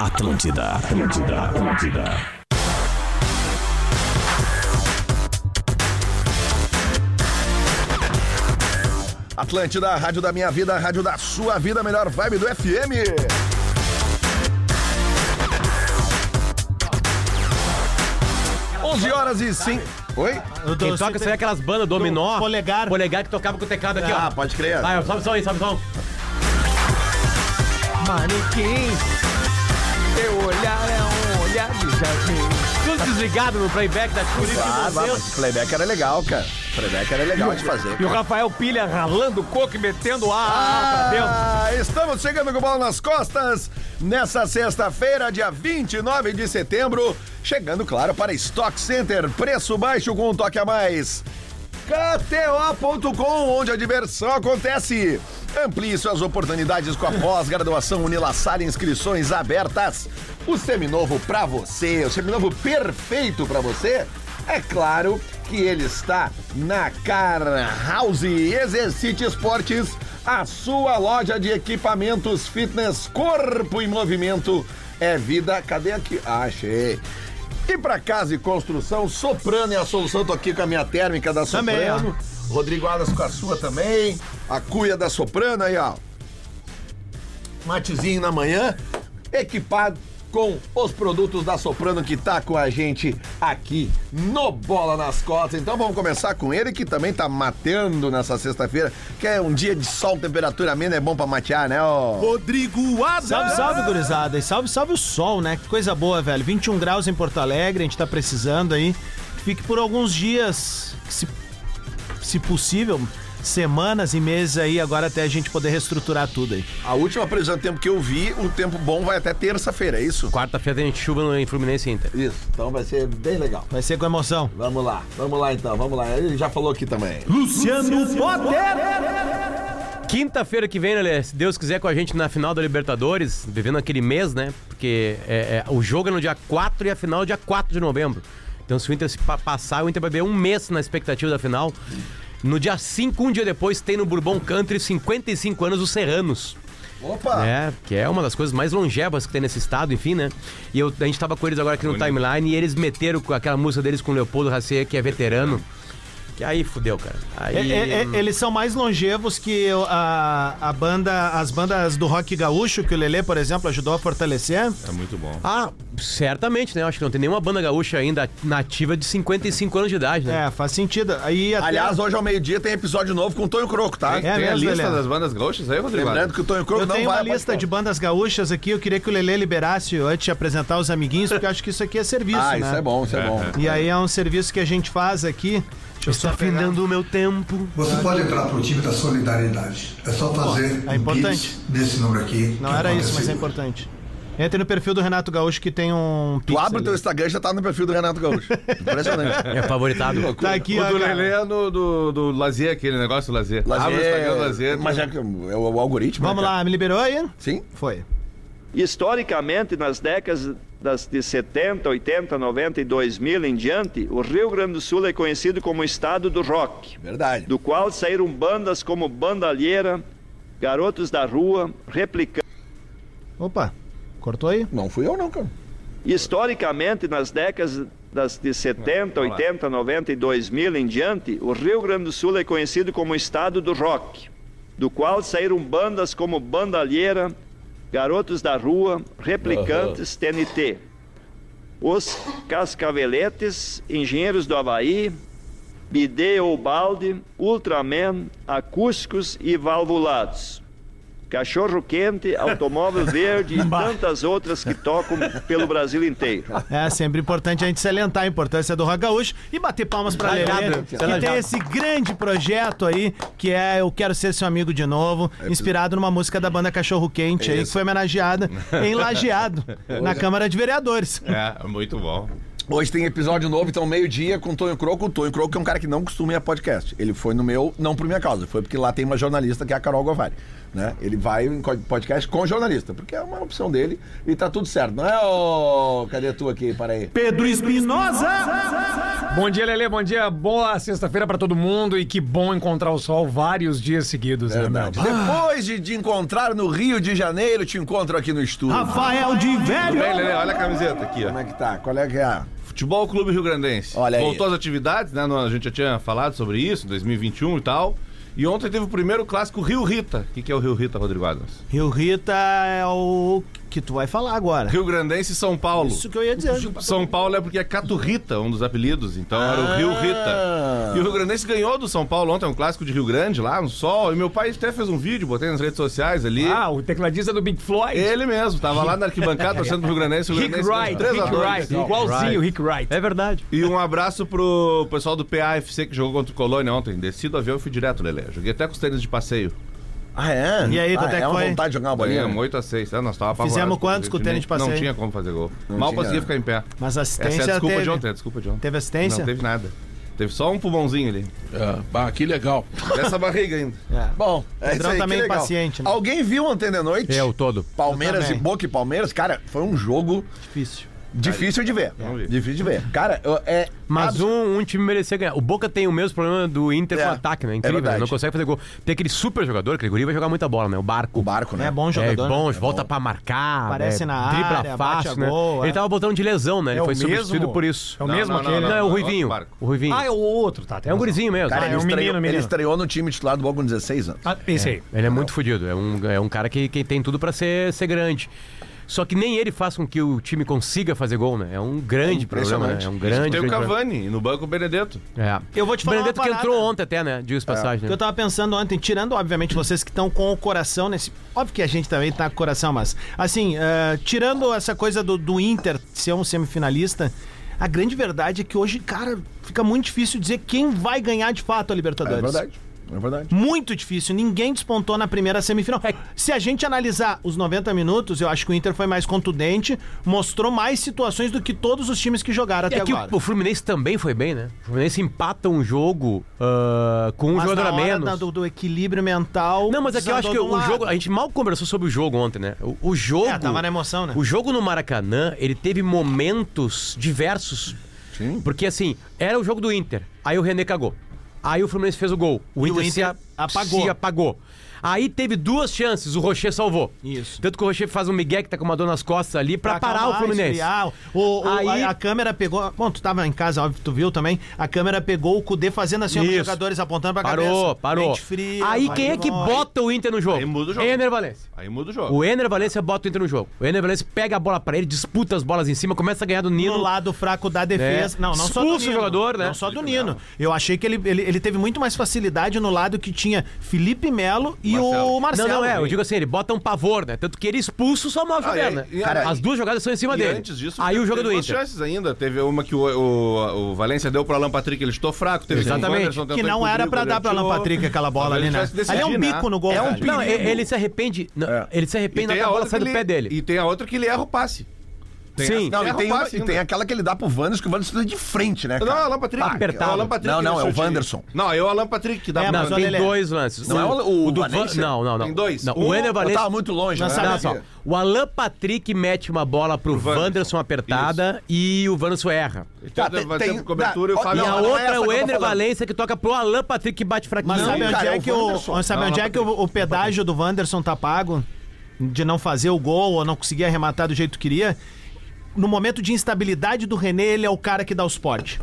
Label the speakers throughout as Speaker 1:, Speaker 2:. Speaker 1: Atlântida, Atlântida, Atlântida.
Speaker 2: Atlântida, a rádio da minha vida, a rádio da sua vida, a melhor vibe do FM. Onze horas e sim. Oi?
Speaker 3: Eu dou-
Speaker 4: Quem toca, você vê aquelas bandas dominó.
Speaker 3: Do polegar.
Speaker 4: Polegar que tocava com o teclado aqui,
Speaker 2: Ah,
Speaker 4: ó.
Speaker 2: pode crer.
Speaker 4: Vai, ó, É, sobe o som aí, sobe o som.
Speaker 3: Manequim. Teu olhar é um olhar de jardim.
Speaker 4: Tudo desligado no playback da
Speaker 2: Ah, vai,
Speaker 4: Curitiba.
Speaker 2: mas playback era legal, cara. Playback era legal de fazer.
Speaker 3: E o Rafael Pilha ralando o coco e metendo a ah, pra dentro.
Speaker 2: Ah, estamos chegando com o bola nas costas nessa sexta-feira, dia 29 de setembro. Chegando, claro, para Stock Center. Preço baixo com um toque a mais. KTO.com, onde a diversão acontece. Amplie suas oportunidades com a pós-graduação Unilassar inscrições abertas. O seminovo pra você, o seminovo perfeito pra você. É claro que ele está na Car House Exercite Esportes, a sua loja de equipamentos fitness corpo em movimento. É vida, cadê aqui? Ah, achei. E pra casa e construção, Soprano é a solução. Tô aqui com a minha térmica da
Speaker 3: Também,
Speaker 2: Soprano. Rodrigo Alas com a sua também. A cuia da Soprano aí, ó. Matezinho na manhã, equipado com os produtos da Soprano que tá com a gente aqui no Bola nas Costas. Então vamos começar com ele que também tá mateando nessa sexta-feira, que é um dia de sol, temperatura amena, é bom pra matear, né, ó?
Speaker 5: Rodrigo Adams.
Speaker 3: Salve, salve, gurizada. E salve, salve o sol, né? Que coisa boa, velho. 21 graus em Porto Alegre, a gente tá precisando aí. Que Fique por alguns dias, que se, se possível, semanas e meses aí, agora até a gente poder reestruturar tudo aí.
Speaker 2: A última previsão de tempo que eu vi, o tempo bom vai até terça-feira, é isso?
Speaker 4: Quarta-feira tem chuva no- em Fluminense e Inter.
Speaker 2: Isso, então vai ser bem legal.
Speaker 3: Vai ser com emoção.
Speaker 2: Vamos lá, vamos lá então, vamos lá. Ele já falou aqui também.
Speaker 4: Quinta-feira que vem, Lelê, se Deus quiser, com a gente na final da Libertadores, vivendo aquele mês, né? Porque é, é, o jogo é no dia 4 e a final é dia 4 de novembro. Então, se o Inter se pa- passar, o Inter vai beber um mês na expectativa da final. No dia 5, um dia depois, tem no Bourbon Country 55 anos os Serranos.
Speaker 3: Ah.
Speaker 2: Opa!
Speaker 4: É, que é uma das coisas mais longevas que tem nesse estado, enfim, né? E eu- a gente tava com eles agora aqui no timeline e eles meteram com aquela música deles com o Leopoldo Racier, que é veterano. Que aí fudeu, cara. Aí.
Speaker 3: É, é, é, eles são mais longevos que o- a, a banda, as bandas do rock gaúcho, que o Lelê, por exemplo, ajudou a fortalecer.
Speaker 5: É muito bom.
Speaker 4: Ah, certamente, né? Eu acho que não tem nenhuma banda gaúcha ainda nativa de 55 anos de idade, né?
Speaker 3: É, faz sentido. Aí até-
Speaker 2: Aliás, hoje ao meio-dia tem episódio novo com o Tonho Croco, tá?
Speaker 3: É
Speaker 5: Tem a
Speaker 3: mesmo,
Speaker 5: lista
Speaker 3: Helena?
Speaker 5: das bandas gaúchas aí, Rodrigo?
Speaker 2: Lembrando que o Tonho Croco
Speaker 3: Eu
Speaker 2: não
Speaker 3: tenho
Speaker 2: vai
Speaker 3: uma
Speaker 2: ao
Speaker 3: lista
Speaker 2: Paquistão.
Speaker 3: de bandas gaúchas aqui, eu queria que o Lelê liberasse antes de apresentar os amiguinhos, porque eu acho que isso aqui é serviço,
Speaker 2: Ah,
Speaker 3: né?
Speaker 2: isso é bom, isso é, bom.
Speaker 3: E aí é um serviço que a gente faz aqui. Deixa eu só pegar.
Speaker 4: o meu tempo.
Speaker 6: Você pode entrar pro time da solidariedade. É só fazer
Speaker 3: é importante.
Speaker 6: um pix nesse número aqui.
Speaker 3: Não
Speaker 6: que
Speaker 3: era isso, mas é
Speaker 6: aconteceu.
Speaker 3: importante. Entre no perfil do Renato Gaúcho que tem um
Speaker 2: Tu
Speaker 3: pix
Speaker 2: abre o
Speaker 3: ali.
Speaker 2: teu Instagram e já tá no perfil do Renato Gaúcho. Impressionante.
Speaker 4: É favoritado.
Speaker 3: Tá aqui,
Speaker 5: O
Speaker 3: ó,
Speaker 5: do
Speaker 3: cara.
Speaker 5: Lelê é no, do, do Lazier, aquele negócio do Lazier.
Speaker 2: Lazer-
Speaker 5: Abre o Instagram do Lazier.
Speaker 2: Mas já que é o, é o algoritmo.
Speaker 3: né? Vamos
Speaker 2: né, cara?
Speaker 3: lá, me liberou aí?
Speaker 2: Sim?
Speaker 3: Foi.
Speaker 7: Historicamente, nas décadas das- de 70, 80, 90 e 2000 em diante, o Rio Grande do Sul é conhecido como o estado do rock,
Speaker 2: Verdade.
Speaker 7: do qual saíram bandas como Bandalheira, Garotos da Rua, Replicante.
Speaker 3: Opa, cortou aí?
Speaker 2: Não fui eu, não, cara.
Speaker 7: Historicamente, nas décadas das de 70, 80, 90 e 2000 em diante, o Rio Grande do Sul é conhecido como o estado do rock, do qual saíram bandas como Bandalheira, Garotos da Rua, Replicantes, TNT, Os Cascaveletes, Engenheiros do Havaí, Bidê ou Balde, Ultraman, Acústicos e Valvulados. Cachorro quente, automóvel verde e tantas outras que tocam pelo Brasil inteiro.
Speaker 3: É sempre importante a gente salientar a importância do Rock Gaúcho e bater palmas pra Lelê,
Speaker 4: Salgado,
Speaker 3: que
Speaker 4: salgado.
Speaker 3: tem esse grande projeto aí, que é Eu Quero Ser Seu Amigo de Novo,
Speaker 5: É,
Speaker 3: inspirado numa música da banda Cachorro Quente aí, que foi homenageada em Lajeado, na Câmara de Vereadores.
Speaker 5: É, muito bom.
Speaker 2: Hoje tem episódio novo, então meio-dia com o Tonho Croco. O Tonho Croco é um cara que não costuma ir a podcast. Ele foi no meu, não por minha causa, foi porque lá tem uma jornalista que é a Carol Govari. Né? Ele vai em co- podcast com jornalista, porque é uma opção dele e tá tudo certo. Não é o. Cadê tu aqui? Para aí.
Speaker 8: Pedro Espinosa!
Speaker 9: Bom dia, Lele. Bom dia. Boa sexta-feira pra todo mundo e que bom encontrar o sol vários dias seguidos,
Speaker 2: É
Speaker 9: né, meu?
Speaker 3: Ah.
Speaker 2: Verdade. Depois de, de encontrar no Rio de Janeiro, te encontro aqui no
Speaker 3: É.
Speaker 2: estúdio.
Speaker 8: Rafael de Velho!
Speaker 5: Bem, Lelê, olha a camiseta aqui,
Speaker 2: Como
Speaker 5: ó.
Speaker 2: é que tá? Qual é que é?
Speaker 5: Futebol Clube Rio Grandense.
Speaker 2: Olha aí.
Speaker 5: Voltou às atividades, né? no- A gente já tinha falado sobre isso, 2021 e tal. E ontem teve o primeiro clássico Rio Rita. O que, que é o Rio Rita, Rodrigo Adams?
Speaker 3: Rio Rita é o que tu vai falar agora.
Speaker 5: Rio Grandense e São Paulo.
Speaker 3: Isso que eu ia dizer.
Speaker 5: São Paulo é porque é Caturrita, um dos apelidos, então era o Rio Rita. E o Rio Grandense ganhou do São Paulo ontem, um clássico de Rio Grande lá, um sol. E meu pai até fez um vídeo, botei nas redes sociais ali.
Speaker 9: Ah, o tecladista do Big Floyd.
Speaker 3: É,
Speaker 5: Ele mesmo, tava lá na arquibancada torcendo pro Rio Grandense, o Rio
Speaker 9: Rick
Speaker 5: Grandense
Speaker 9: Wright,
Speaker 5: ganhou de
Speaker 9: Rick
Speaker 5: 3 a 2.
Speaker 9: Wright, igualzinho o Rick Wright.
Speaker 4: É verdade.
Speaker 5: E um abraço pro pessoal do PAFC que jogou contra o Colônia ontem. Desci do avião e fui direto, Lelê. Joguei até com os tênis de passeio.
Speaker 2: Ah, é?
Speaker 3: E aí,
Speaker 2: ah,
Speaker 3: Totec,
Speaker 2: é uma
Speaker 3: foi?
Speaker 2: vontade de jogar uma bolinha.
Speaker 5: Ganhamos 8 a 6 tá? Nós tava apavorados.
Speaker 3: Fizemos quantos com o tênis de
Speaker 5: Não- Não
Speaker 3: passeio?
Speaker 5: tinha como fazer gol. Mal
Speaker 2: tinha.
Speaker 5: conseguia ficar em pé.
Speaker 3: Mas assistência
Speaker 5: Essa é a desculpa
Speaker 3: teve.
Speaker 5: de ontem, é a desculpa de ontem.
Speaker 3: Teve assistência?
Speaker 5: Não teve nada. Teve só um pulmãozinho ali.
Speaker 1: Ah, bah, que legal.
Speaker 5: Dessa barriga ainda.
Speaker 2: Bom, é
Speaker 3: Pedrão
Speaker 2: isso aí, que
Speaker 3: também
Speaker 2: legal.
Speaker 3: paciente, né?
Speaker 2: Alguém viu ontem de noite?
Speaker 4: Eu É todo.
Speaker 2: Palmeiras
Speaker 3: Eu
Speaker 2: e
Speaker 3: também.
Speaker 2: Boca e Palmeiras, cara, foi um jogo
Speaker 3: Difícil.
Speaker 2: difícil de ver.
Speaker 5: Não vi.
Speaker 2: Difícil de ver. Cara, eu- é.
Speaker 4: Mas um, um time merecia ganhar. O Boca tem o mesmo problema do Inter
Speaker 2: É.
Speaker 4: com ataque, né?
Speaker 2: É
Speaker 4: Incrível, né?
Speaker 2: verdade.
Speaker 4: não consegue fazer gol. Tem aquele super jogador, aquele guri vai jogar muita bola, né? O Barco.
Speaker 2: O barco, né?
Speaker 3: É bom
Speaker 4: É
Speaker 3: jogador.
Speaker 4: bom,
Speaker 3: né?
Speaker 4: volta pra marcar.
Speaker 3: Aparece
Speaker 4: né?
Speaker 3: na
Speaker 4: Dribla
Speaker 3: área, bate
Speaker 4: fácil,
Speaker 3: a
Speaker 4: né?
Speaker 3: gol,
Speaker 4: ele
Speaker 3: é.
Speaker 4: tava botando de lesão, né? Ele
Speaker 9: É o
Speaker 4: foi substituído
Speaker 9: mesmo?
Speaker 4: por isso.
Speaker 9: É o
Speaker 5: Não,
Speaker 9: mesmo
Speaker 5: não,
Speaker 9: aquele?
Speaker 5: não,
Speaker 4: Não, é o
Speaker 5: outro
Speaker 4: Ruivinho.
Speaker 5: barco.
Speaker 4: O Ruivinho.
Speaker 9: Ah, é o outro, tá? tem
Speaker 4: É um
Speaker 9: razão.
Speaker 4: gurizinho mesmo.
Speaker 2: Cara,
Speaker 9: Ah,
Speaker 2: ele,
Speaker 9: é um
Speaker 2: estreou,
Speaker 9: menino, menino.
Speaker 2: ele estreou no time titular do Boca com 16 anos.
Speaker 9: Ah, pensei.
Speaker 4: Ele é muito fodido. É um, é um cara que, que tem tudo pra ser, ser grande. Só que nem ele faz com que o time consiga fazer gol, né? É um grande problema, né?
Speaker 2: impressionante.
Speaker 4: É um grande.
Speaker 5: Tem o
Speaker 4: grande problema.
Speaker 5: Cavani e no banco o Benedetto.
Speaker 4: É.
Speaker 3: Eu vou te falar
Speaker 4: O Benedetto
Speaker 3: uma
Speaker 4: que
Speaker 3: parada.
Speaker 4: entrou ontem até, né? Diz passagem.
Speaker 3: O
Speaker 4: né?
Speaker 3: que eu tava pensando ontem, tirando, obviamente, vocês que estão com o coração nesse. Óbvio que a gente também tá com o coração, mas. Assim, ah, tirando essa coisa do, do Inter ser um semifinalista, a grande verdade é que hoje, cara, fica muito difícil dizer quem vai ganhar de fato a
Speaker 2: É
Speaker 3: Libertadores.
Speaker 2: verdade. É verdade.
Speaker 3: Muito difícil, ninguém despontou na primeira semifinal.
Speaker 4: É.
Speaker 3: Se a gente analisar os 90 minutos, eu acho que o Inter foi mais contundente, mostrou mais situações do que todos os times que jogaram até
Speaker 4: É que
Speaker 3: agora.
Speaker 4: o, o Fluminense também foi bem, né? O Fluminense empata um jogo ah, com um
Speaker 3: Mas
Speaker 4: jogador
Speaker 3: na
Speaker 4: a
Speaker 3: hora
Speaker 4: menos.
Speaker 3: da- do, do equilíbrio mental.
Speaker 4: Não, mas aqui eu acho que
Speaker 3: desandou de um
Speaker 4: o jogo.
Speaker 3: lado.
Speaker 4: A gente mal conversou sobre o jogo ontem, né? O, o jogo.
Speaker 3: É, tava na emoção, né?
Speaker 4: O jogo no Maracanã, ele teve momentos diversos.
Speaker 2: Sim.
Speaker 4: Porque assim, era o jogo do Inter. Aí o René cagou. Aí o Fluminense fez o gol. O
Speaker 3: E
Speaker 4: Inter,
Speaker 3: o
Speaker 4: se,
Speaker 3: Inter
Speaker 4: a-
Speaker 3: apagou.
Speaker 4: se apagou. Aí teve duas chances, o Rocher salvou.
Speaker 3: Isso.
Speaker 4: Tanto que o Rocher faz um migué que tá com uma dor nas costas ali pra, parar
Speaker 3: acalmar,
Speaker 4: o Fluminense.
Speaker 3: esfriar. O, o-
Speaker 4: Aí-
Speaker 3: a, a câmera pegou. Bom, tu tava em casa, óbvio, tu viu também. A câmera pegou o Cudê fazendo assim, ó, os
Speaker 4: Isso.
Speaker 3: jogadores apontando pra
Speaker 4: Parou,
Speaker 3: cabeça.
Speaker 4: parou.
Speaker 3: Mente fria,
Speaker 4: Aí
Speaker 3: vai
Speaker 4: quem é que
Speaker 3: embora.
Speaker 4: bota o Inter no jogo?
Speaker 5: Aí muda o jogo.
Speaker 4: Ener Valencia.
Speaker 5: Aí muda o jogo.
Speaker 4: O Ener Valencia bota o Inter no jogo. O Ener Valencia pega a bola pra ele, disputa as bolas em cima, começa a ganhar do Nino.
Speaker 3: No lado fraco da defesa.
Speaker 4: É.
Speaker 3: Não, não só do
Speaker 4: Expulsa o
Speaker 3: Nino.
Speaker 4: jogador, né?
Speaker 3: Não só do Nino. Eu achei que ele, ele, ele teve muito mais facilidade no lado que tinha Felipe Melo e
Speaker 5: Marcelo.
Speaker 3: o Marcelo.
Speaker 4: não, não é. Eu digo assim, ele bota um pavor, né? Tanto que ele expulsa o Samuel Xavier,
Speaker 5: e-
Speaker 4: né?
Speaker 5: é, e-
Speaker 4: Cara, as duas jogadas são em cima
Speaker 5: E
Speaker 4: dele.
Speaker 5: antes disso,
Speaker 4: Aí
Speaker 5: teve-
Speaker 4: o jogo é do
Speaker 5: teve duas
Speaker 4: Inter.
Speaker 5: chances ainda. Teve uma que o, o, o Valência deu pro Alan Patrick, ele estou fraco. Teve
Speaker 4: Exatamente.
Speaker 3: Que
Speaker 4: tá
Speaker 3: não era
Speaker 4: né?
Speaker 3: pra dar pra Alan Patrick aquela bola ali, né? Ali é um bico no gol.
Speaker 5: É um
Speaker 3: cara.
Speaker 5: bico.
Speaker 4: Não, e- ele se arrepende. não, Ele se
Speaker 5: É. E
Speaker 4: arrepende
Speaker 5: tem,
Speaker 4: na
Speaker 5: a
Speaker 4: bola
Speaker 5: outra
Speaker 4: sai
Speaker 5: que
Speaker 4: do
Speaker 5: ele,
Speaker 4: pé dele.
Speaker 5: e tem a outra que ele erra o passe. Tem
Speaker 4: Sim.
Speaker 5: essa-
Speaker 2: Não,
Speaker 5: erra
Speaker 2: e
Speaker 5: o
Speaker 2: tem, uma-
Speaker 5: passe
Speaker 2: e tem
Speaker 5: ainda.
Speaker 2: aquela que ele dá pro Wanderson, que o Wanderson tá de frente, né?
Speaker 5: Não, é o
Speaker 2: cara?
Speaker 5: Alan Patrick.
Speaker 4: apertado.
Speaker 5: É o Alan Patrick
Speaker 2: Não, não,
Speaker 5: que
Speaker 2: é o
Speaker 5: chuta.
Speaker 2: Wanderson.
Speaker 5: Não, é o Alan Patrick que dá
Speaker 3: É,
Speaker 5: pra-
Speaker 3: mas
Speaker 4: Não,
Speaker 3: olha,
Speaker 4: tem
Speaker 3: Lelê,
Speaker 4: dois lances.
Speaker 2: não é o- o
Speaker 4: do
Speaker 2: Valencia?
Speaker 4: Van- Não, não, não.
Speaker 5: Tem dois.
Speaker 4: Não,
Speaker 5: Um,
Speaker 4: o Ener
Speaker 2: Eu
Speaker 4: Valencia.
Speaker 2: tava muito longe,
Speaker 3: Não
Speaker 2: né?
Speaker 3: sabe
Speaker 4: Olha
Speaker 2: Não,
Speaker 4: só, o Alan Patrick mete uma bola pro, Wanderson apertada e o Wanderson erra.
Speaker 5: Então,
Speaker 2: Tá, tem-
Speaker 5: vai ter
Speaker 2: tem-
Speaker 5: cobertura e
Speaker 2: dá-
Speaker 5: o
Speaker 4: e
Speaker 5: Fábio
Speaker 2: Não,
Speaker 4: a
Speaker 2: não
Speaker 5: Alan.
Speaker 2: é
Speaker 4: outra é,
Speaker 2: essa que
Speaker 4: o
Speaker 2: eu tô
Speaker 4: Ener
Speaker 2: falando.
Speaker 4: Valência que toca pro Alan Patrick que bate fraquinho.
Speaker 3: Mas
Speaker 2: Não,
Speaker 3: sabe onde
Speaker 2: cara, é
Speaker 3: é
Speaker 2: o
Speaker 3: que, o,
Speaker 2: Wanderson.
Speaker 3: sabe
Speaker 5: Não,
Speaker 3: onde
Speaker 5: não,
Speaker 3: é que o, o pedágio do Wanderson tá pago? De não fazer o gol ou não conseguir arrematar do jeito que queria? No momento de instabilidade do René, ele é o cara que dá o suporte.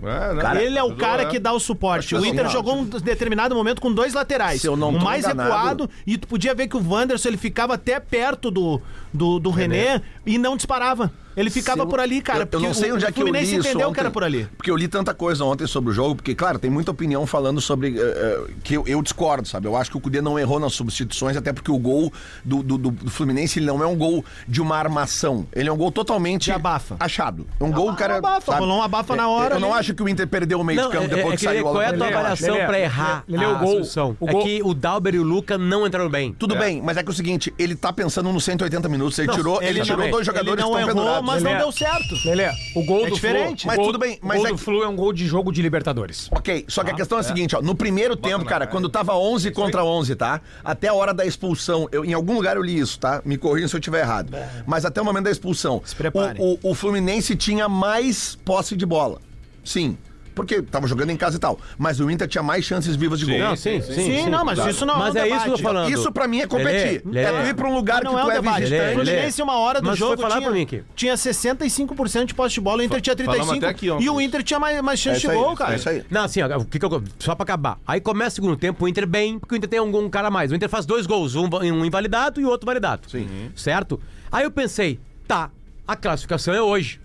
Speaker 5: É, né?
Speaker 3: ele é o
Speaker 5: Tudo,
Speaker 3: cara
Speaker 5: né?
Speaker 3: que dá o suporte.
Speaker 2: Acho
Speaker 3: O
Speaker 2: que
Speaker 3: Inter
Speaker 2: assim, ó,
Speaker 3: jogou um determinado momento com dois laterais.
Speaker 2: Se eu não
Speaker 3: um
Speaker 2: tô
Speaker 3: mais
Speaker 2: enganado-
Speaker 3: recuado e tu podia ver que o Wanderson ele ficava até perto do, do, do René, e não disparava. Ele ficava
Speaker 2: Se eu-
Speaker 3: por ali, cara.
Speaker 2: Eu, eu
Speaker 3: porque
Speaker 2: não sei
Speaker 3: o,
Speaker 2: onde é
Speaker 3: o
Speaker 2: que eu li
Speaker 3: Fluminense
Speaker 2: isso
Speaker 3: entendeu
Speaker 2: ontem,
Speaker 3: que era por ali.
Speaker 2: Porque eu li tanta coisa ontem sobre o jogo, porque, claro, tem muita opinião falando sobre. eh, eh, que eu, eu discordo, sabe? Eu acho que o Cudê não errou nas substituições, até porque o gol do, do, do- do Fluminense ele não é um gol de uma armação. Ele é um gol totalmente.
Speaker 3: De abafa. Ah,
Speaker 2: Achado. É um gol, cara.
Speaker 3: abafa,
Speaker 2: sabe?
Speaker 3: rolou um abafa na
Speaker 2: É,
Speaker 3: hora
Speaker 2: Eu não
Speaker 3: ali.
Speaker 2: acho que o Inter perdeu o meio
Speaker 4: Não,
Speaker 2: de campo depois
Speaker 4: é, é
Speaker 2: que
Speaker 4: que,
Speaker 2: saiu
Speaker 4: qual é a tua
Speaker 2: Lelê, eu acho.
Speaker 4: avaliação
Speaker 9: Lelê,
Speaker 4: pra errar
Speaker 9: Lelê,
Speaker 4: a
Speaker 9: o gol.
Speaker 4: solução?
Speaker 9: O
Speaker 4: é
Speaker 9: gol.
Speaker 4: que o Dauber e o Luca não entraram bem.
Speaker 2: é Tudo bem, mas é que é o seguinte, ele tá pensando nos 180 minutos, ele tirou, ele,
Speaker 3: ele
Speaker 2: tirou
Speaker 3: não-
Speaker 2: dois
Speaker 3: ele
Speaker 2: jogadores que
Speaker 3: não
Speaker 2: estão
Speaker 3: errou,
Speaker 2: pendurados.
Speaker 3: mas não
Speaker 9: Lelé.
Speaker 3: deu certo.
Speaker 9: Lelê, o gol
Speaker 3: É
Speaker 9: do
Speaker 3: diferente.
Speaker 9: Flu,
Speaker 2: Mas
Speaker 9: o gol,
Speaker 2: tudo bem, mas
Speaker 9: o gol
Speaker 2: é
Speaker 9: do
Speaker 2: que-
Speaker 9: Flu é um gol de jogo de Libertadores.
Speaker 2: Ok, só
Speaker 3: Ah,
Speaker 2: que a questão é a seguinte, ó. No primeiro tempo,
Speaker 5: na
Speaker 2: cara,
Speaker 5: cara.
Speaker 2: quando tava
Speaker 3: É
Speaker 2: 11 contra 11, tá? Até a hora da expulsão, eu, em algum lugar eu li isso, tá? Me corrijam se eu tiver errado. Mas até o momento da expulsão,
Speaker 3: É. preparem.
Speaker 2: o, o, o Fluminense tinha mais posse de bola. Sim. Porque tava jogando em casa e tal. Mas o Inter tinha mais chances vivas de gol.
Speaker 4: Não, sim, sim.
Speaker 3: Sim, não, mas isso não
Speaker 4: Mas
Speaker 3: um
Speaker 4: é isso que eu
Speaker 3: debate.
Speaker 4: tô falando.
Speaker 2: Isso pra mim é competir.
Speaker 4: Lelê,
Speaker 2: é
Speaker 4: Lelê.
Speaker 2: tu ir pra um lugar
Speaker 3: Mas
Speaker 2: que tu é,
Speaker 3: debate. tá?
Speaker 2: visitante.
Speaker 4: Lelê,
Speaker 3: O Fluminense, uma hora do
Speaker 4: Mas tu
Speaker 3: jogo,
Speaker 4: foi falar
Speaker 3: tinha,
Speaker 4: pra mim aqui.
Speaker 3: tinha 65% de posse de bola, o Inter tinha
Speaker 5: falamos
Speaker 3: 35%.
Speaker 5: até aqui ontem.
Speaker 3: e o Inter tinha mais, mais
Speaker 2: É
Speaker 3: chance
Speaker 2: isso
Speaker 3: de
Speaker 2: aí,
Speaker 3: gol,
Speaker 2: é
Speaker 3: cara.
Speaker 2: isso aí.
Speaker 4: Não, assim, ó, o que que eu- só pra acabar. Aí começa o segundo tempo, o Inter bem, porque o Inter tem um, um cara a mais. O Inter faz dois gols, um, va- um invalidado e outro validado. Sim. Certo? Aí eu pensei, tá, a classificação é hoje.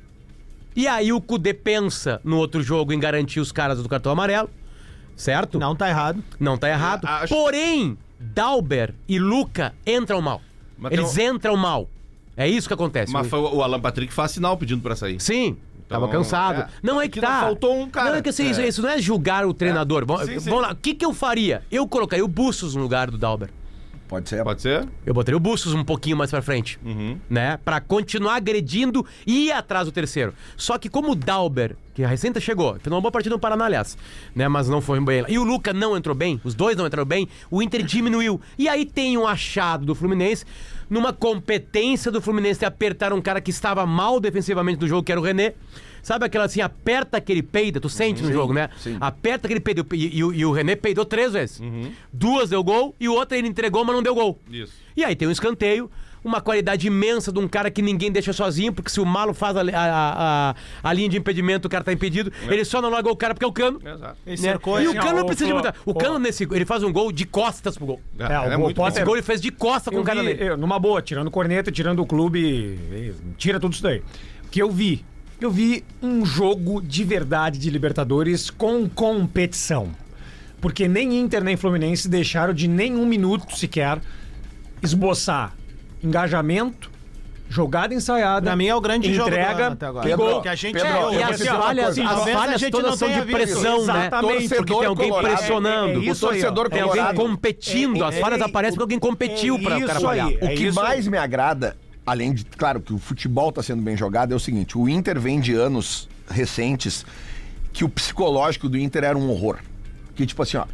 Speaker 4: E aí o Cudê pensa no outro jogo em garantir os caras do cartão amarelo, certo?
Speaker 3: Não tá errado.
Speaker 4: Não tá errado.
Speaker 5: Ah, acho-
Speaker 4: Porém, Dauber e Luca entram mal.
Speaker 5: Mas tem
Speaker 4: Eles
Speaker 5: um-
Speaker 4: entram mal. É isso que acontece.
Speaker 5: Mas foi o o Alan Patrick faz sinal pedindo pra sair.
Speaker 4: Sim.
Speaker 5: Então,
Speaker 4: tava cansado.
Speaker 5: é.
Speaker 4: Não é
Speaker 5: É
Speaker 4: que,
Speaker 5: que
Speaker 4: tá.
Speaker 5: não faltou um cara.
Speaker 4: Não é que assim, isso,
Speaker 5: É.
Speaker 4: isso não é julgar o treinador. Vamos,
Speaker 5: Sim, sim.
Speaker 4: vamos lá. O que, que eu faria? Eu colocaria o Bustos no lugar do Dauber.
Speaker 2: Pode ser.
Speaker 5: Pode ser?
Speaker 4: Eu botaria o Bustos um pouquinho mais pra frente, né? Pra continuar agredindo e ir atrás do terceiro. Só que como o Dauber, que a recente chegou, fez uma boa partida no Paraná, aliás, né? Mas não foi bem. lá. E o Luca não entrou bem, os dois não entraram bem, o Inter diminuiu. E aí tem um achado do Fluminense, numa competência do Fluminense de apertar um cara que estava mal defensivamente no jogo, que era o René. Sabe aquela assim, aperta aquele peida, tu sente no jogo, né? Aperta aquele peida. E, e o- e o René peidou três vezes. Duas deu gol e outra ele entregou, mas não deu gol.
Speaker 5: Isso.
Speaker 4: E aí tem um escanteio, uma qualidade imensa de um cara que ninguém deixa sozinho, porque se o Malo faz a, a- a- a linha de impedimento, o cara tá impedido, ele só não largou o cara porque é o Cano.
Speaker 5: Exato.
Speaker 3: Ele
Speaker 4: né?
Speaker 3: cercou
Speaker 4: E
Speaker 3: ele.
Speaker 4: o Cano não precisa de
Speaker 9: o-
Speaker 4: muita... O
Speaker 9: o-
Speaker 4: Cano nesse... Ele faz um gol de costas pro gol.
Speaker 9: É, o gol pode-
Speaker 4: Esse gol ele fez de costa com
Speaker 9: Eu
Speaker 4: o cara
Speaker 9: vi,
Speaker 4: dele.
Speaker 9: eu, numa boa, tirando corneta, tirando o clube, eh, tira tudo isso daí. O que eu vi? Eu vi um jogo de verdade de Libertadores com competição. Porque nem Inter nem Fluminense deixaram de nenhum minuto sequer esboçar engajamento, jogada ensaiada.
Speaker 3: Pra mim é o grande jogo do
Speaker 9: entrega,
Speaker 3: ano até agora.
Speaker 9: que gol.
Speaker 3: Que a gente
Speaker 2: Pedro,
Speaker 3: errou.
Speaker 4: E
Speaker 2: eu
Speaker 4: as
Speaker 2: pensei,
Speaker 4: falhas,
Speaker 3: assim,
Speaker 4: as
Speaker 3: talvez a
Speaker 4: falhas
Speaker 3: gente
Speaker 4: todas
Speaker 3: não
Speaker 4: são
Speaker 3: tenha
Speaker 4: de
Speaker 3: visto.
Speaker 4: pressão, né?
Speaker 9: Exatamente.
Speaker 4: Porque tem alguém
Speaker 2: Torcedor
Speaker 9: É,
Speaker 4: pressionando.
Speaker 9: é isso
Speaker 2: o
Speaker 9: aí, ó.
Speaker 2: torcedor
Speaker 4: Tem alguém
Speaker 2: colorado.
Speaker 4: competindo. As
Speaker 9: é,
Speaker 4: falhas
Speaker 9: é,
Speaker 4: aparecem porque alguém competiu
Speaker 9: é
Speaker 4: pra o cara
Speaker 9: isso aí.
Speaker 4: falhar.
Speaker 2: O
Speaker 9: É
Speaker 2: que
Speaker 9: isso aí.
Speaker 2: mais me agrada, além de, claro, que o futebol está sendo bem jogado, é o seguinte: o Inter vem de anos recentes que o psicológico do Inter era um horror. Que tipo assim, ó.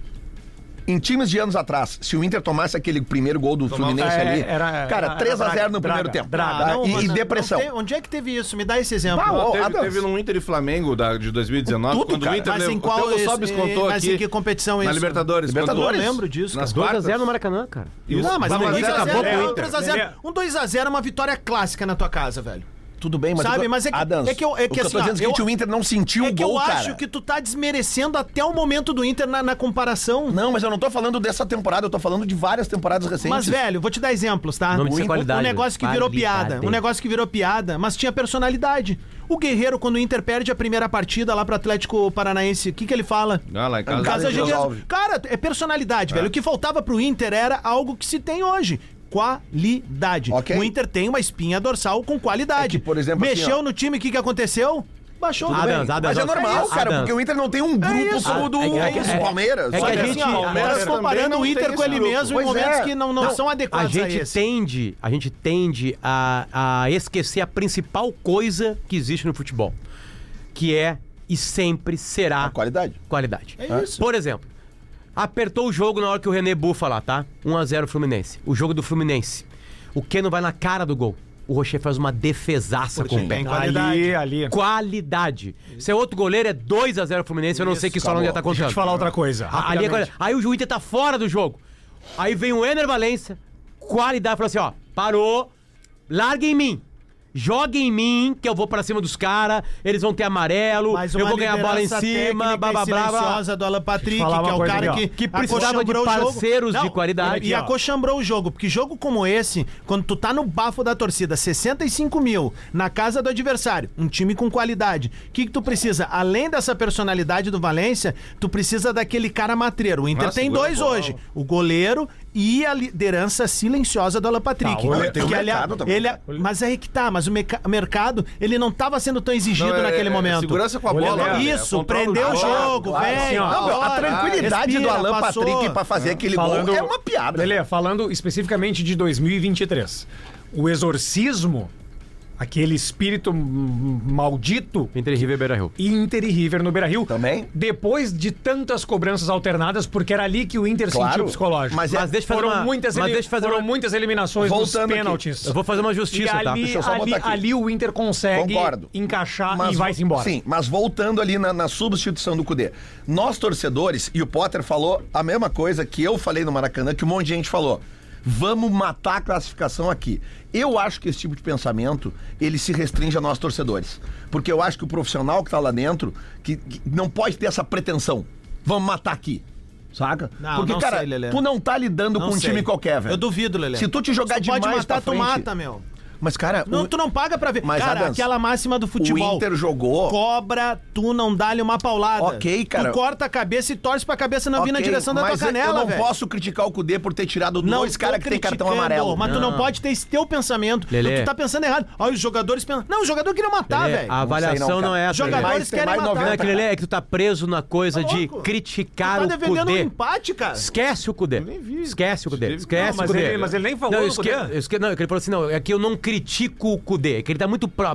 Speaker 2: Em times de anos atrás, se o Inter tomasse aquele primeiro gol do
Speaker 3: um
Speaker 2: Fluminense
Speaker 9: é,
Speaker 2: ali,
Speaker 9: era-
Speaker 2: cara,
Speaker 9: era
Speaker 2: 3 a 0 no
Speaker 9: draga,
Speaker 2: primeiro tempo.
Speaker 9: draga.
Speaker 2: tá?
Speaker 3: Ah, não,
Speaker 2: E-
Speaker 3: mas
Speaker 2: e,
Speaker 3: não-
Speaker 2: depressão.
Speaker 3: não tem- onde é que teve isso? Me dá esse exemplo.
Speaker 4: Ah,
Speaker 2: Bah, ó,
Speaker 5: Teve,
Speaker 2: Adams.
Speaker 5: teve no Inter e Flamengo da, de 2019,
Speaker 2: Tudo,
Speaker 5: quando
Speaker 2: cara.
Speaker 5: o Inter
Speaker 3: Mas em
Speaker 5: levou-
Speaker 3: qual
Speaker 5: o Telo
Speaker 3: isso-
Speaker 5: Sobis contou
Speaker 3: mas
Speaker 5: aqui.
Speaker 3: em que competição
Speaker 5: na
Speaker 3: isso?
Speaker 5: Libertadores.
Speaker 3: Eu
Speaker 2: Libertadores?
Speaker 3: lembro disso.
Speaker 5: Nas
Speaker 3: cara.
Speaker 4: 2x0 no Maracanã, cara.
Speaker 3: Não, mas
Speaker 5: Lá,
Speaker 3: um
Speaker 5: mas
Speaker 3: 2 a
Speaker 5: acabou
Speaker 3: zero
Speaker 5: com o
Speaker 3: é um
Speaker 5: Inter.
Speaker 3: 3 a 0. Um 2x0 é uma vitória clássica na tua casa, velho.
Speaker 2: Tudo bem, mas.
Speaker 3: Sabe,
Speaker 2: eu tô-
Speaker 3: mas é que-
Speaker 2: Adams,
Speaker 3: é que eu- é
Speaker 2: o
Speaker 3: que
Speaker 2: eu
Speaker 3: assim,
Speaker 2: tô
Speaker 3: ó,
Speaker 2: dizendo é
Speaker 3: eu-
Speaker 2: que o Inter não
Speaker 5: um
Speaker 2: sentiu
Speaker 3: é
Speaker 2: o
Speaker 3: que
Speaker 2: gol,
Speaker 3: eu
Speaker 2: cara.
Speaker 3: acho que tu tá desmerecendo até o momento do Inter na, na comparação.
Speaker 2: Não, mas eu não tô falando dessa temporada, eu tô falando de várias temporadas recentes.
Speaker 3: Mas, velho, vou te dar exemplos, tá?
Speaker 4: Nome disso é
Speaker 3: um,
Speaker 4: qualidade,
Speaker 3: um negócio que
Speaker 4: né?
Speaker 3: virou
Speaker 4: Qualidade.
Speaker 3: piada. Um negócio que virou piada, mas tinha personalidade. O Guerreiro, quando o Inter perde a primeira partida lá pro Atlético Paranaense, o que, que ele fala?
Speaker 5: Ah, lá em casa
Speaker 3: Em casa a
Speaker 2: ele
Speaker 3: gente
Speaker 2: resolve.
Speaker 3: Cara, é personalidade, velho. O que faltava pro Inter era algo que se tem hoje. Qualidade.
Speaker 2: Ok.
Speaker 3: O Inter tem uma espinha dorsal com qualidade.
Speaker 2: É que, por exemplo, assim,
Speaker 3: Mexeu
Speaker 2: ó.
Speaker 3: no time, o que, que aconteceu? Baixou
Speaker 4: Tudo
Speaker 3: o
Speaker 4: bem.
Speaker 2: Mas é
Speaker 4: Adams,
Speaker 2: normal,
Speaker 4: Adams.
Speaker 2: cara, porque o Inter não tem um grupo
Speaker 3: isso.
Speaker 2: como o do,
Speaker 4: É que- é que-
Speaker 2: do
Speaker 4: é-
Speaker 2: Palmeiras.
Speaker 4: é que a
Speaker 2: Olha,
Speaker 3: Olha,
Speaker 4: gente-
Speaker 3: assim, ó, o
Speaker 4: Palmeiras
Speaker 3: Palmeiras
Speaker 5: também
Speaker 3: comparando
Speaker 5: não
Speaker 3: o
Speaker 5: tem
Speaker 3: Inter com
Speaker 5: esse
Speaker 3: ele
Speaker 5: grupo.
Speaker 3: mesmo
Speaker 2: Pois
Speaker 3: em momentos
Speaker 2: é.
Speaker 3: que não, não,
Speaker 2: Não,
Speaker 3: são
Speaker 4: a
Speaker 3: adequados a,
Speaker 4: gente
Speaker 3: esse.
Speaker 4: tende, a gente tende a, a esquecer a principal coisa que existe no futebol, que é e sempre será
Speaker 2: A qualidade.
Speaker 4: qualidade.
Speaker 3: É isso.
Speaker 4: Por exemplo, apertou o jogo na hora que o René bufa lá, tá? 1 a 0 Fluminense. O jogo do Fluminense. O Keno vai na cara do gol. O Rocher faz uma defesaça com o pé.
Speaker 3: Tá.
Speaker 9: Ali, ali.
Speaker 4: Qualidade. Se é outro goleiro, é 2 a 0 Fluminense. eu não sei que só onde tá
Speaker 9: Deixa eu
Speaker 4: contando.
Speaker 9: te falar outra
Speaker 4: A-
Speaker 9: coisa.
Speaker 4: Ali é
Speaker 9: rapidamente.
Speaker 4: qualidade. Aí o Inter tá fora do jogo. Aí vem o Ener Valência, qualidade, falou assim: ó, parou, larga em mim. Joga em mim, que eu vou pra cima dos caras, eles vão ter amarelo,
Speaker 3: Mas
Speaker 4: eu
Speaker 3: uma
Speaker 4: vou ganhar a bola em
Speaker 3: liderança
Speaker 4: cima, blá
Speaker 3: técnica
Speaker 4: blá
Speaker 3: e
Speaker 4: blá. blá.
Speaker 3: silenciosa do Alan Patrick,
Speaker 9: Deixa eu falar
Speaker 3: que é
Speaker 9: uma
Speaker 3: o
Speaker 9: coisa
Speaker 3: cara
Speaker 9: aqui,
Speaker 3: que,
Speaker 9: ó.
Speaker 4: Que precisava de
Speaker 3: acochambrou o jogo.
Speaker 4: parceiros de qualidade.
Speaker 3: E
Speaker 9: Aqui, ó.
Speaker 3: acochambrou o jogo, porque jogo como esse, quando tu tá no bafo da torcida, 65 mil, na casa do adversário, um time com qualidade, o que, que tu precisa? Além dessa personalidade do Valência, tu precisa daquele cara matreiro. O Inter
Speaker 5: Ah,
Speaker 3: tem
Speaker 5: segura
Speaker 3: dois
Speaker 5: a bola.
Speaker 3: hoje, o goleiro e a liderança silenciosa do Alan Patrick.
Speaker 9: Tá, o-
Speaker 2: Não, tem o
Speaker 3: Que, aliás,
Speaker 2: mercado também,
Speaker 3: ele- é-
Speaker 2: cara.
Speaker 3: Mas aí que tá, mas o meca- mercado, ele não tava sendo tão exigido
Speaker 5: Não, é-
Speaker 3: naquele
Speaker 5: é
Speaker 3: momento.
Speaker 5: Segurança com a bola. né?
Speaker 3: Isso,
Speaker 5: Controla
Speaker 3: prendeu o
Speaker 5: jogo.
Speaker 3: jogo, velho.
Speaker 4: Ah,
Speaker 2: Não, meu, a
Speaker 3: Agora,
Speaker 2: tranquilidade
Speaker 3: respira,
Speaker 2: do Alan
Speaker 3: passou.
Speaker 2: Patrick pra fazer aquele
Speaker 9: Falando-
Speaker 2: gol é uma piada.
Speaker 9: Lelê, falando especificamente de 2023. O exorcismo Aquele espírito hum, maldito
Speaker 4: Entre River e Beira Rio.
Speaker 9: Inter e River no Beira-Rio.
Speaker 2: Também.
Speaker 9: Depois de tantas cobranças alternadas, porque era ali que o Inter sentiu
Speaker 2: Claro.
Speaker 9: o psicológico.
Speaker 2: Mas
Speaker 4: Mas deixa eu fazer
Speaker 9: é- foram
Speaker 4: uma...
Speaker 9: muitas,
Speaker 4: mas
Speaker 9: eli-
Speaker 4: deixa eu fazer
Speaker 9: foram
Speaker 4: uma...
Speaker 9: muitas eliminações
Speaker 2: Voltando
Speaker 9: nos
Speaker 2: aqui.
Speaker 9: pênaltis.
Speaker 4: Eu vou fazer uma
Speaker 9: E
Speaker 4: justiça, tá?
Speaker 9: ali,
Speaker 2: eu só botar
Speaker 9: ali,
Speaker 2: aqui.
Speaker 9: ali o Inter consegue
Speaker 2: Concordo.
Speaker 9: encaixar
Speaker 2: Mas
Speaker 9: tá, e vai-se
Speaker 2: vo-
Speaker 9: embora.
Speaker 2: Sim, mas voltando ali na, na substituição do Cudê. Nós, torcedores, e o Potter falou a mesma coisa que eu falei no Maracanã, que um monte de gente falou. Vamos matar a classificação aqui. Eu acho que esse tipo de pensamento, ele se restringe a nós, torcedores. Porque eu acho que o profissional que tá lá dentro, que, que não pode ter essa pretensão. Vamos matar aqui. Saca?
Speaker 3: Não,
Speaker 2: Porque,
Speaker 3: não
Speaker 2: cara,
Speaker 3: sei, Lelê.
Speaker 2: tu não tá lidando
Speaker 3: Não
Speaker 2: com um
Speaker 3: sei.
Speaker 2: time qualquer, velho.
Speaker 3: Eu duvido, Lelê.
Speaker 2: Se tu te jogar
Speaker 3: Se
Speaker 2: demais
Speaker 3: Pode
Speaker 2: pra
Speaker 3: matar,
Speaker 2: frente...
Speaker 3: tu mata, meu.
Speaker 2: Mas, cara...
Speaker 3: Não,
Speaker 2: o-
Speaker 3: tu não paga pra ver.
Speaker 2: Mas,
Speaker 3: cara,
Speaker 2: Adams,
Speaker 3: aquela máxima do futebol.
Speaker 2: o Inter jogou-
Speaker 3: Cobra, tu não dá-lhe uma paulada.
Speaker 2: Ok, cara.
Speaker 3: Tu corta a cabeça e torce pra cabeça não vir na
Speaker 2: Ok,
Speaker 3: direção da tua
Speaker 2: mas
Speaker 3: canela,
Speaker 2: Eu não
Speaker 3: velho.
Speaker 2: posso criticar o Cudê por ter tirado dois
Speaker 3: tô
Speaker 2: caras que tem cartão
Speaker 3: criticando,
Speaker 2: amarelo.
Speaker 3: Mas tu não pode ter esse teu pensamento.
Speaker 4: Lelê.
Speaker 3: Tu tá pensando errado. Olha, os jogadores pensam. Não, o jogador queria matar,
Speaker 4: Lelê,
Speaker 3: velho. tá
Speaker 4: a avaliação
Speaker 2: sei não,
Speaker 4: Tá, não,
Speaker 2: cara.
Speaker 4: é essa. Lelê.
Speaker 2: Jogador
Speaker 3: Jogadores
Speaker 2: Mas tem
Speaker 3: querem
Speaker 2: mais
Speaker 3: matar.
Speaker 2: 90,
Speaker 4: Não é que, Lelê, é que tu tá preso na coisa
Speaker 3: Tá
Speaker 4: de
Speaker 3: louco?
Speaker 4: criticar
Speaker 3: Tu tá
Speaker 4: o
Speaker 3: devendo um
Speaker 4: Cudê.
Speaker 3: empate, cara.
Speaker 4: Esquece o Cudê. Esquece o Cudê. Esquece
Speaker 9: Não, mas
Speaker 4: o Cudê.
Speaker 9: ele- mas ele nem falou
Speaker 4: não,
Speaker 9: do
Speaker 4: esque...
Speaker 9: Cudê.
Speaker 4: esque- Não, é que ele falou assim, não, é que eu não critico o Cudê, é que ele tá muito... Pro...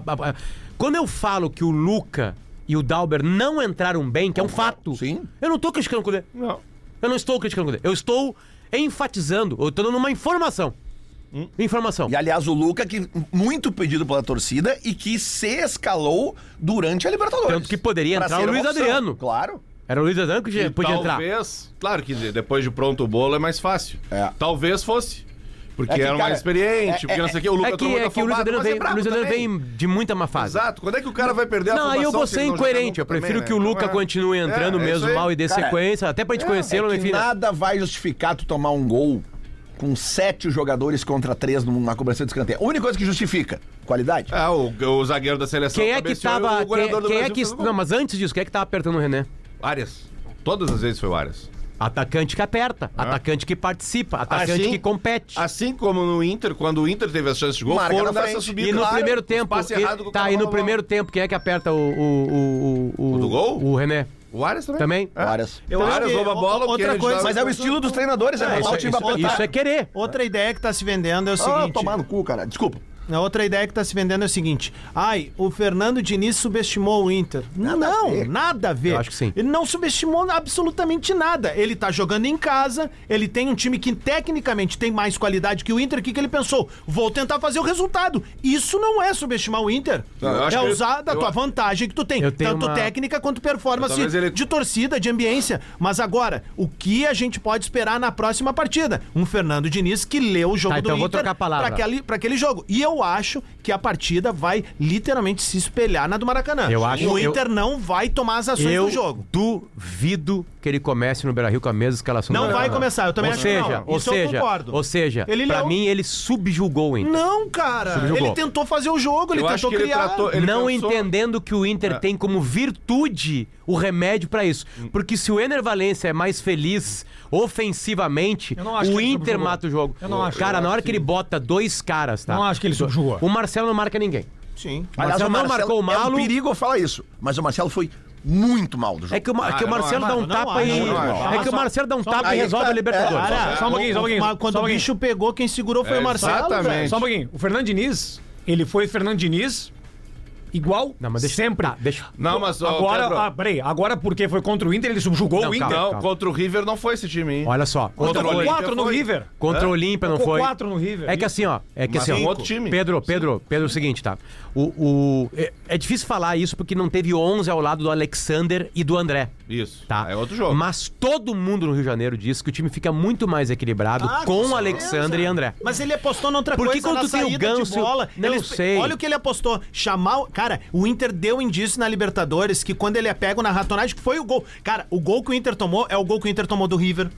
Speaker 4: Quando eu falo que o Luca e o Dauber não entraram bem, que é um fato,
Speaker 2: Sim.
Speaker 4: eu não tô criticando o Cudê.
Speaker 5: Não.
Speaker 4: Eu não estou criticando o Cudê. Eu estou enfatizando, eu tô dando uma informação. Informação.
Speaker 2: E aliás, o Luca, que muito pedido pela torcida e que se escalou durante a Libertadores.
Speaker 4: Tanto que poderia
Speaker 2: Pra
Speaker 4: entrar
Speaker 2: ser
Speaker 4: o Luiz
Speaker 2: uma opção,
Speaker 4: Adriano.
Speaker 2: Claro.
Speaker 4: Era o Luiz Adriano que
Speaker 5: E
Speaker 4: podia entrar.
Speaker 5: talvez, Claro que depois de pronto o bolo é mais fácil.
Speaker 2: É.
Speaker 5: Talvez fosse. Porque
Speaker 2: É que,
Speaker 5: era mais
Speaker 2: cara,
Speaker 5: experiente,
Speaker 2: é-
Speaker 5: porque não sei o que, o Lucas
Speaker 4: É que,
Speaker 5: tomou
Speaker 4: é
Speaker 5: da
Speaker 4: que o Luiz
Speaker 5: afobada,
Speaker 4: Adriano
Speaker 5: mas é
Speaker 4: vem,
Speaker 5: bravo
Speaker 4: Luiz Adriano
Speaker 5: também.
Speaker 4: vem de muita má fase.
Speaker 5: Exato. Quando é que o cara vai perder a
Speaker 4: Não, aí eu
Speaker 5: afobação
Speaker 4: vou
Speaker 5: se
Speaker 4: ser
Speaker 5: ele não jogar
Speaker 4: incoerente.
Speaker 5: nunca
Speaker 4: Eu prefiro
Speaker 5: também,
Speaker 4: que o
Speaker 5: né?
Speaker 4: Luca
Speaker 5: Então é-
Speaker 4: continue entrando
Speaker 5: é, é
Speaker 4: mesmo
Speaker 5: isso aí.
Speaker 4: mal e dê
Speaker 2: Cara,
Speaker 4: sequência, até pra gente
Speaker 2: É
Speaker 4: conhecê-lo,
Speaker 2: que
Speaker 4: enfim. né?
Speaker 2: nada vai justificar tu tomar um gol com sete jogadores contra três numa cobrança de escanteio. A única coisa que justifica, qualidade.
Speaker 5: Ah, o, o zagueiro da seleção.
Speaker 4: Quem é que
Speaker 5: cabeceou e
Speaker 4: tava.
Speaker 5: o goleador
Speaker 4: Quem,
Speaker 5: do
Speaker 4: quem é
Speaker 5: Brasil um
Speaker 4: que.
Speaker 5: fez o gol.
Speaker 4: Não, mas antes disso, quem é que tava apertando o René?
Speaker 5: Arias. Todas as vezes foi o Arias.
Speaker 4: Atacante que aperta, atacante que participa, atacante
Speaker 5: É. Assim-
Speaker 4: que compete.
Speaker 5: Assim como no Inter, quando o Inter teve a chance de gol,
Speaker 2: Marca
Speaker 5: foram
Speaker 2: na
Speaker 5: nessa
Speaker 2: frente.
Speaker 5: subida.
Speaker 4: E no
Speaker 5: claro,
Speaker 4: primeiro
Speaker 5: os
Speaker 4: tempo.
Speaker 5: passes
Speaker 4: e-
Speaker 5: errados que o
Speaker 4: tá,
Speaker 5: cara
Speaker 4: e no
Speaker 5: rola
Speaker 4: primeiro tempo, quem é que aperta o. O, o, o,
Speaker 5: O do gol?
Speaker 4: O René.
Speaker 5: lá. O Arias também.
Speaker 4: Também.
Speaker 5: É.
Speaker 2: Várias.
Speaker 5: O Arias
Speaker 3: que
Speaker 5: rouba a bola, o
Speaker 3: Então, outra
Speaker 5: Kennedy
Speaker 3: coisa-
Speaker 5: dá-
Speaker 2: Mas é o estilo dos treinadores, é, botar o time pra
Speaker 4: Isso,
Speaker 2: apertar.
Speaker 4: isso é querer.
Speaker 3: Outra ideia que tá se vendendo é o
Speaker 2: Ah,
Speaker 3: seguinte.
Speaker 2: tomar no cu, cara. Desculpa.
Speaker 3: A outra ideia que tá se vendendo é o seguinte: ai, o Fernando Diniz subestimou o Inter. não, nada a ver.
Speaker 4: Eu acho que sim.
Speaker 3: Ele não subestimou absolutamente nada. Ele tá jogando em casa, ele tem um time que tecnicamente tem mais qualidade que o Inter. O que, que ele pensou? Vou tentar fazer o resultado. Isso não é subestimar o Inter.
Speaker 5: Eu acho
Speaker 3: É
Speaker 5: que-
Speaker 3: usar da
Speaker 5: eu-
Speaker 3: tua vantagem que tu tem,
Speaker 4: Eu tenho
Speaker 3: tanto
Speaker 4: uma-
Speaker 3: técnica quanto performance
Speaker 5: Talvez ele-
Speaker 3: de torcida, de ambiência. Mas agora, o que a gente pode esperar na próxima partida? Um Fernando Diniz que leu o jogo
Speaker 4: Tá,
Speaker 3: do
Speaker 4: então eu
Speaker 3: Inter
Speaker 4: vou trocar a palavra.
Speaker 3: pra que ali- pra aquele jogo. E eu acho que a partida vai literalmente se espelhar na do Maracanã.
Speaker 4: Eu acho-
Speaker 3: o
Speaker 4: eu-
Speaker 3: Inter não vai tomar as ações
Speaker 4: Eu
Speaker 3: do jogo.
Speaker 4: duvido que ele comece no Beira Rio com a mesma escalação. do
Speaker 3: Não
Speaker 4: Beira-Rio.
Speaker 3: vai começar, eu também
Speaker 4: ou
Speaker 3: acho
Speaker 4: seja,
Speaker 3: que não.
Speaker 4: Ou
Speaker 3: Isso eu
Speaker 4: seja,
Speaker 3: concordo.
Speaker 4: Ou seja,
Speaker 3: Ele
Speaker 4: pra
Speaker 3: leu-
Speaker 4: mim ele subjugou o Inter.
Speaker 3: Não, cara.
Speaker 4: Subjugou.
Speaker 3: Ele tentou fazer o jogo, ele
Speaker 5: Eu acho
Speaker 3: tentou
Speaker 5: que ele
Speaker 3: criar.
Speaker 5: tratou- ele
Speaker 4: não
Speaker 5: pensou-
Speaker 4: entendendo que o Inter
Speaker 5: É.
Speaker 4: tem como virtude o remédio pra isso. Porque se o Ener Valencia é mais feliz ofensivamente,
Speaker 9: Eu não acho
Speaker 4: o
Speaker 9: que ele
Speaker 4: Inter
Speaker 9: subjugou.
Speaker 4: mata o jogo.
Speaker 9: Eu não acho,
Speaker 4: Cara,
Speaker 9: eu
Speaker 4: na
Speaker 9: acho
Speaker 4: hora que ele bota dois caras, tá?
Speaker 9: Não acho que ele subjugou.
Speaker 4: O Marcelo não marca ninguém.
Speaker 3: Sim.
Speaker 4: Marcelo não marcou o
Speaker 2: É um
Speaker 4: Malo.
Speaker 2: perigo eu falar isso. Mas o Marcelo foi muito mal do jogo.
Speaker 4: É que o, Ma-
Speaker 5: Ah,
Speaker 4: que o
Speaker 5: eu não
Speaker 4: Marcelo
Speaker 5: acho.
Speaker 4: dá um
Speaker 3: Não
Speaker 4: tapa
Speaker 3: acho,
Speaker 4: e.
Speaker 3: não
Speaker 4: É
Speaker 3: acho.
Speaker 4: que o Marcelo dá um tapa
Speaker 2: aí
Speaker 4: e
Speaker 2: que
Speaker 4: resolve
Speaker 2: tá-
Speaker 4: a Libertadores.
Speaker 2: é,
Speaker 9: Só um pouquinho, só um pouquinho,
Speaker 3: Mas Quando
Speaker 9: só um
Speaker 3: o
Speaker 9: pouquinho.
Speaker 3: bicho pegou, quem segurou foi
Speaker 5: É,
Speaker 3: o Marcelo.
Speaker 5: exatamente.
Speaker 3: velho.
Speaker 9: Só um pouquinho. O Fernando Diniz, ele foi Fernando Diniz igual
Speaker 4: Não, mas deixa-
Speaker 9: sempre.
Speaker 4: tá, deixa-
Speaker 5: Não, mas ó,
Speaker 9: Agora,
Speaker 5: Pedro,
Speaker 9: ah, peraí, agora porque foi contra o Inter, ele subjugou
Speaker 4: Não,
Speaker 9: o Inter.
Speaker 4: calma.
Speaker 5: Não, contra o River não foi esse time, hein?
Speaker 4: Olha só.
Speaker 5: Contra
Speaker 4: outra
Speaker 5: o
Speaker 4: coisa.
Speaker 5: Olímpia
Speaker 9: Quatro no
Speaker 5: foi.
Speaker 9: River.
Speaker 4: Contra o Olímpia, não
Speaker 9: Tocou
Speaker 4: foi?
Speaker 9: quatro no River.
Speaker 4: É que assim, ó. É que
Speaker 5: Mas
Speaker 4: assim,
Speaker 5: é um
Speaker 4: ó,
Speaker 5: outro time.
Speaker 4: Pedro, Pedro, Pedro, é o seguinte, tá? O, o- é, é difícil falar isso porque não teve 11 ao lado do Alexander e do André.
Speaker 5: Isso.
Speaker 4: Tá.
Speaker 5: É outro jogo.
Speaker 4: Mas todo mundo no Rio de Janeiro diz que o time fica muito mais equilibrado
Speaker 3: Ah,
Speaker 4: com,
Speaker 3: com certeza.
Speaker 4: Alexander e André.
Speaker 3: Mas ele apostou noutra
Speaker 4: Por que
Speaker 3: coisa
Speaker 4: quando
Speaker 3: na
Speaker 4: tu tem o
Speaker 3: saída
Speaker 4: Ganso,
Speaker 3: de bola.
Speaker 4: não
Speaker 3: ele-
Speaker 4: sei.
Speaker 3: Olha o que ele apostou. Chamar. o- Cara, o Inter deu indício na Libertadores que quando ele é pego na ratonagem, que foi o gol. Cara, o gol que o Inter tomou é o gol que o Inter tomou do River.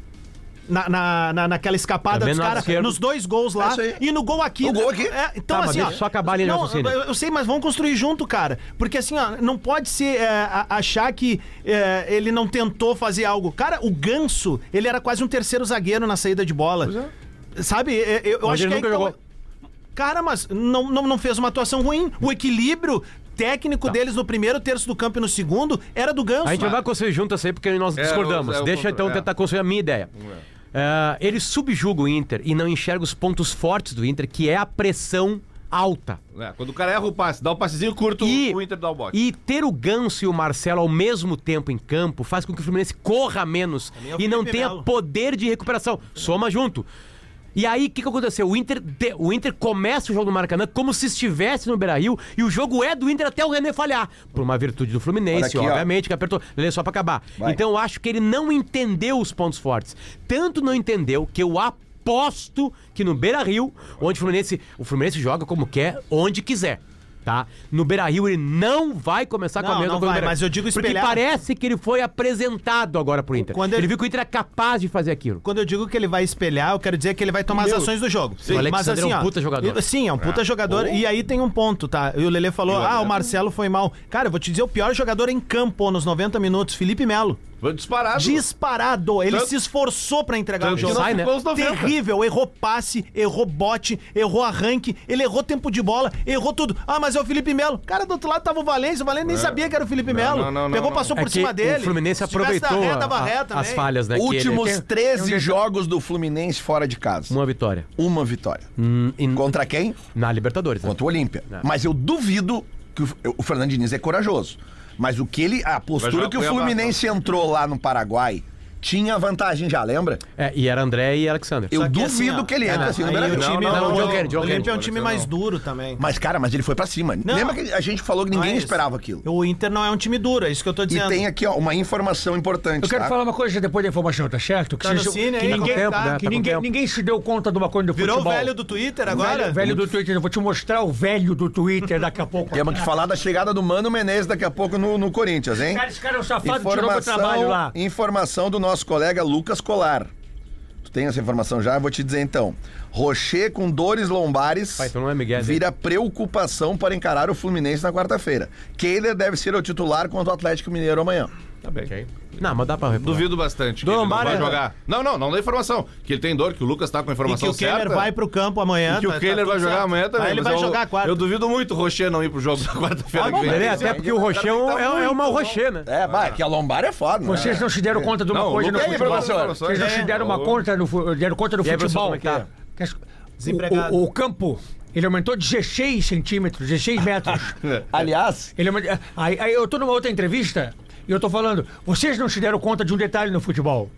Speaker 3: Na, na, na- naquela escapada
Speaker 4: Também
Speaker 3: dos
Speaker 4: no lado
Speaker 3: caras,
Speaker 4: esquerdo.
Speaker 3: nos dois gols
Speaker 2: É
Speaker 3: lá
Speaker 2: isso aí.
Speaker 3: e no gol aqui.
Speaker 2: No gol aqui.
Speaker 3: É, então,
Speaker 4: Tá, mas
Speaker 3: assim,
Speaker 4: deixa eu só acabar a linha de
Speaker 3: não,
Speaker 4: raciocínio.
Speaker 3: eu, eu sei, mas vamos construir junto, cara. Porque assim, ó, não pode ser é, a- achar que é, ele não tentou fazer algo. Cara, o Ganso, ele era quase um terceiro zagueiro na saída de bola. Sabe, é, eu, eu
Speaker 4: Mas
Speaker 3: acho
Speaker 4: ele
Speaker 3: que
Speaker 4: nunca
Speaker 3: aí que tá-
Speaker 5: então
Speaker 4: jogou.
Speaker 3: Cara, mas não, não, não fez uma atuação ruim. O equilíbrio técnico deles no primeiro terço do campo e no segundo era do Ganso.
Speaker 4: A gente não vai construir junto essa Tá. aí porque nós
Speaker 5: É,
Speaker 4: discordamos.
Speaker 5: é o
Speaker 4: Deixa
Speaker 5: contrário,
Speaker 4: então eu
Speaker 5: é.
Speaker 4: tentar construir a minha ideia. É, ele subjuga o Inter e não enxerga os pontos fortes do Inter, que é a pressão alta.
Speaker 5: É, quando o cara erra o passe, dá o passezinho curto,
Speaker 4: E-
Speaker 5: o Inter dá o bote.
Speaker 4: E ter o Ganso e o Marcelo ao mesmo tempo em campo faz com que o Fluminense corra menos
Speaker 3: nem
Speaker 5: é
Speaker 3: o
Speaker 4: e não
Speaker 3: Felipe
Speaker 4: tenha
Speaker 3: Melo.
Speaker 4: poder de recuperação. Soma junto. E aí, o que, que aconteceu? O Inter, de- o Inter começa o jogo do Maracanã como se estivesse no Beira-Rio e o jogo é do Inter até o René falhar. Por uma virtude do
Speaker 2: Olha
Speaker 4: Fluminense,
Speaker 2: aqui, ó.
Speaker 4: obviamente, que apertou. Lele, só pra acabar.
Speaker 2: Vai.
Speaker 4: Então, eu acho que ele não entendeu os pontos fortes. Tanto não entendeu que eu aposto que no Beira-Rio, onde o Fluminense, o Fluminense joga como quer, onde quiser. Tá? No Beira-Rio ele não vai começar com a
Speaker 3: Não,
Speaker 4: mesma
Speaker 3: não
Speaker 4: coisa. do
Speaker 3: vai,
Speaker 4: Beira-Rio.
Speaker 3: mas eu digo
Speaker 4: Porque
Speaker 3: espelhado.
Speaker 4: parece que ele foi apresentado agora pro Inter.
Speaker 3: Quando
Speaker 4: ele...
Speaker 3: ele-
Speaker 4: viu que o Inter é capaz de fazer aquilo.
Speaker 3: Quando eu digo que ele vai espelhar, eu quero dizer que ele vai tomar as ações do jogo. assim,
Speaker 4: O Alexandre é um puta jogador. Oh.
Speaker 3: Sim, é um puta jogador. E aí tem um ponto, tá? E o Lele falou, ah, o Marcelo foi mal. Cara, eu vou te dizer o pior jogador em campo nos 90 minutos, Felipe Melo.
Speaker 5: Foi disparado.
Speaker 3: Disparado. Ele
Speaker 5: Tanto-
Speaker 3: se esforçou pra entregar o
Speaker 5: Tanto que
Speaker 3: jogo.
Speaker 5: não
Speaker 4: Sai, né?
Speaker 5: ficou os 90.
Speaker 3: Terrível, errou passe, errou bote, errou arranque, ele errou tempo de bola, errou tudo. Ah, mas é o Felipe Melo. Cara, do outro lado tava o Valência, o Valência nem sabia que era o Felipe Melo.
Speaker 5: não, não,
Speaker 3: Pegou,
Speaker 5: não.
Speaker 3: passou
Speaker 4: É
Speaker 3: por
Speaker 4: que
Speaker 3: cima dele.
Speaker 4: O Fluminense
Speaker 3: Se tivesse na
Speaker 4: aproveitou
Speaker 3: ré, tava
Speaker 4: a-
Speaker 3: ré
Speaker 4: a- as
Speaker 3: também.
Speaker 4: falhas, né? que ele-
Speaker 2: Últimos
Speaker 4: tem
Speaker 2: 13 jogos do Fluminense fora de casa.
Speaker 4: Uma vitória.
Speaker 2: Uma vitória.
Speaker 4: Hum, e-
Speaker 2: Contra quem?
Speaker 4: Na Libertadores. né?
Speaker 2: Contra o Olímpia. Mas eu duvido que o, o Fernando Diniz é corajoso. Mas o que ele. A
Speaker 5: Vai
Speaker 2: postura
Speaker 5: jogar
Speaker 2: que o
Speaker 5: Cuiabá,
Speaker 2: Fluminense entrou lá no Paraguai tinha vantagem, já lembra?
Speaker 4: É, e era André e Alexander.
Speaker 2: Eu
Speaker 3: Só que
Speaker 2: duvido
Speaker 3: assim, ó,
Speaker 2: que ele entre
Speaker 3: é,
Speaker 2: assim no
Speaker 3: aí
Speaker 2: Beira-Rio.
Speaker 3: o time
Speaker 5: Não, não,
Speaker 3: não,
Speaker 5: não,
Speaker 3: o
Speaker 4: Joker, Joker.
Speaker 3: Olímpia é um time
Speaker 5: Não.
Speaker 3: mais duro também.
Speaker 2: Mas, cara, mas ele foi pra cima.
Speaker 3: Não.
Speaker 2: Lembra que a gente falou que
Speaker 3: Não é
Speaker 2: ninguém
Speaker 3: isso.
Speaker 2: esperava aquilo?
Speaker 3: O Inter não é um time duro, é isso que eu tô
Speaker 2: E
Speaker 3: dizendo.
Speaker 2: tem aqui, ó, uma informação importante.
Speaker 9: Eu quero
Speaker 2: tá?
Speaker 9: falar uma coisa depois da informação, tá certo? Que,
Speaker 3: Tá no
Speaker 9: vocês-
Speaker 3: cine
Speaker 9: que
Speaker 3: aí, tá
Speaker 9: ninguém,
Speaker 3: com
Speaker 4: tempo, né?
Speaker 9: que
Speaker 4: Tá com
Speaker 9: ninguém,
Speaker 4: tempo.
Speaker 9: ninguém se deu conta de uma coisa do
Speaker 3: Virou
Speaker 9: futebol.
Speaker 3: o velho do Twitter agora?
Speaker 9: Velho, velho do Twitter, eu vou te mostrar o velho do Twitter daqui a pouco.
Speaker 2: Temos que falar da chegada do Mano Menezes daqui a pouco no, no Corinthians, hein?
Speaker 9: Cara, esse cara é um safado, tirou meu trabalho lá.
Speaker 2: Informação do nosso colega Lucas Colar. Tu tem essa informação já? Eu vou te dizer então. Rocher com dores lombares
Speaker 4: Pai, então não é Miguel, né?
Speaker 2: vira preocupação para encarar o Fluminense na quarta-feira. Keiler deve ser o titular contra o Atlético Mineiro amanhã.
Speaker 5: Tá bem.
Speaker 4: Ok. Não, mas dá pra repular.
Speaker 5: Duvido bastante. que
Speaker 4: Do
Speaker 5: ele não
Speaker 4: Lombardi,
Speaker 5: vai
Speaker 4: né?
Speaker 5: jogar. Não, não, não dá informação. Que ele tem dor, que o Lucas tá com a
Speaker 3: E que
Speaker 5: informação
Speaker 3: o
Speaker 5: certa.
Speaker 3: Keller vai pro campo amanhã.
Speaker 5: E que
Speaker 3: tá-
Speaker 5: o Kehler
Speaker 3: tá
Speaker 5: vai
Speaker 3: tudo
Speaker 5: jogar
Speaker 3: certo.
Speaker 5: amanhã também.
Speaker 3: Aí ele
Speaker 5: mas
Speaker 3: vai
Speaker 5: eu,
Speaker 3: jogar quarta.
Speaker 5: Eu duvido muito o Rocher não ir pro jogo da
Speaker 9: Ah,
Speaker 5: quarta-feira que vem.
Speaker 4: Lele, Tá até porque o Rochão é, é o mau Rocher, né?
Speaker 2: É, vai, que a lombar é foda, né?
Speaker 9: Vocês não se deram conta de uma
Speaker 5: Não,
Speaker 9: coisa
Speaker 5: Lucas,
Speaker 9: no
Speaker 5: tem é.
Speaker 9: futebol.
Speaker 5: informações.
Speaker 9: Vocês não se deram uma
Speaker 5: Ô.
Speaker 9: conta no, fu- deram conta do
Speaker 4: é. E aí, professor, como
Speaker 9: futebol.
Speaker 4: é que é?
Speaker 9: Que as-
Speaker 3: Desempregado.
Speaker 9: O, o- o campo, ele aumentou 16 centímetros, 16 metros.
Speaker 4: É.
Speaker 2: Aliás,
Speaker 9: Ele aumentou- aí, aí eu tô numa outra entrevista e eu tô falando, vocês não se deram conta de um detalhe no futebol.